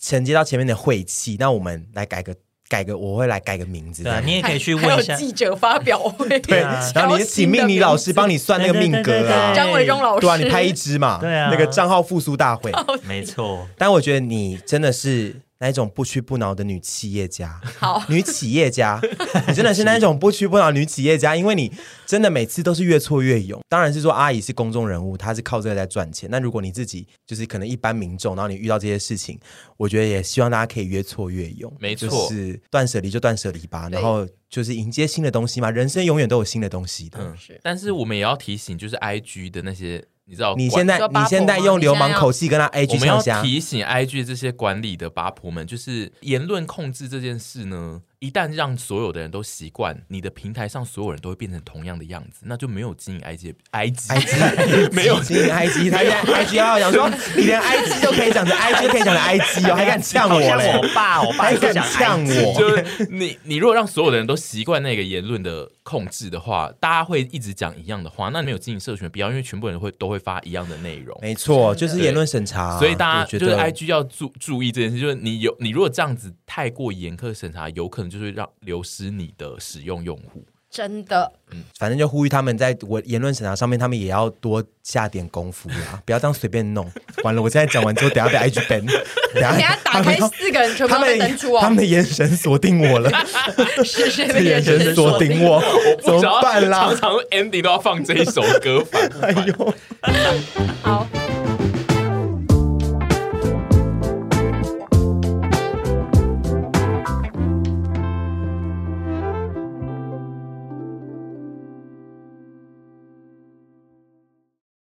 Speaker 3: 承接到前面的晦气，那我们来改个改个，我会来改个名字。
Speaker 5: 对啊，你也可以去
Speaker 2: 还
Speaker 5: 问
Speaker 2: 有
Speaker 5: 一下。
Speaker 2: 记者发表会，
Speaker 3: 对，
Speaker 5: 对啊
Speaker 3: 然后你请命理老师帮你算那个命格啊，
Speaker 5: 对
Speaker 2: 张伟忠老师，
Speaker 3: 对啊，你拍一支嘛，
Speaker 5: 对啊
Speaker 3: 那个账号复苏大会。
Speaker 5: 没错，
Speaker 3: 但我觉得你真的是那一种不屈不挠的女企业家，
Speaker 2: 好，
Speaker 3: 女企业 家，你真的是那一种不屈不挠的女企业家，因为你真的每次都是越挫越勇。当然是说阿姨是公众人物，她是靠这个在赚钱。那如果你自己就是可能一般民众，然后你遇到这些事情，我觉得也希望大家可以越挫越勇，
Speaker 4: 没错
Speaker 3: 就是断舍离就断舍离吧，
Speaker 2: 对
Speaker 3: 然后就是迎接新的东西嘛，人生永远都有新的东西的。
Speaker 4: 嗯
Speaker 2: 是，
Speaker 4: 但是我们也要提醒，就是 I G 的那些，你知道，
Speaker 3: 你现在
Speaker 2: 说
Speaker 3: 你
Speaker 2: 八婆
Speaker 3: 现在
Speaker 2: 吗
Speaker 3: 用
Speaker 2: 你
Speaker 3: 流
Speaker 2: 现在
Speaker 3: 氓
Speaker 2: 要
Speaker 3: 口气跟他 A
Speaker 4: 我
Speaker 3: G
Speaker 4: 们
Speaker 3: 上
Speaker 4: 要
Speaker 3: 下，
Speaker 4: 提醒 IG 这些管理的八婆们，就是言论控制这件事呢，一旦让所有的人都习惯，你的平台上所有人都会变成同样的样子，那就没有经营 IG
Speaker 3: I
Speaker 4: IG。
Speaker 3: G
Speaker 4: 没有
Speaker 3: 经营 I G，他现在 I G 要讲说，你连 I G 都可以讲成 I G 可以讲成 I G 哦，还敢呛我
Speaker 5: 好像
Speaker 3: 嘞？
Speaker 5: 我爸，我爸
Speaker 3: 还
Speaker 5: 也
Speaker 3: 敢
Speaker 5: 想
Speaker 3: 呛我？
Speaker 4: 就是你，你如果让所有的人都习惯那个言论的控制的话，大家会一直讲一样的话，那没有经营社群的必要，因为全部人会都会发一样的内容。
Speaker 3: 没错，就是言论审查，
Speaker 4: 所以大
Speaker 3: 啊我
Speaker 4: 家
Speaker 3: 觉
Speaker 4: 就是
Speaker 3: 得
Speaker 4: IG 要注注意这件事，就是你有你如果这样子太过严苛审查，有可能就会让流失你的使用用户。
Speaker 2: 真的
Speaker 3: 反正就呼吁他们在我言论审查上面，他们也要多下点功夫啦，不要这样随便弄。完了，我现在讲完之后，等下被 I G ban，等
Speaker 2: 等下
Speaker 3: 下
Speaker 2: 打开四个人全部
Speaker 3: 他
Speaker 2: 都被
Speaker 3: 们
Speaker 2: 登出
Speaker 3: 他们
Speaker 2: 哦，
Speaker 3: 的眼神锁定我了，
Speaker 2: 是谁
Speaker 3: 这
Speaker 2: 被
Speaker 3: 眼
Speaker 2: 登
Speaker 3: 神
Speaker 2: 出
Speaker 3: 锁定我，怎
Speaker 4: 我
Speaker 3: 么
Speaker 4: 想要
Speaker 3: 办啦
Speaker 4: 常？常 Andy 都要放这一首歌，烦不
Speaker 3: 哎呦！
Speaker 4: 烦
Speaker 2: 好，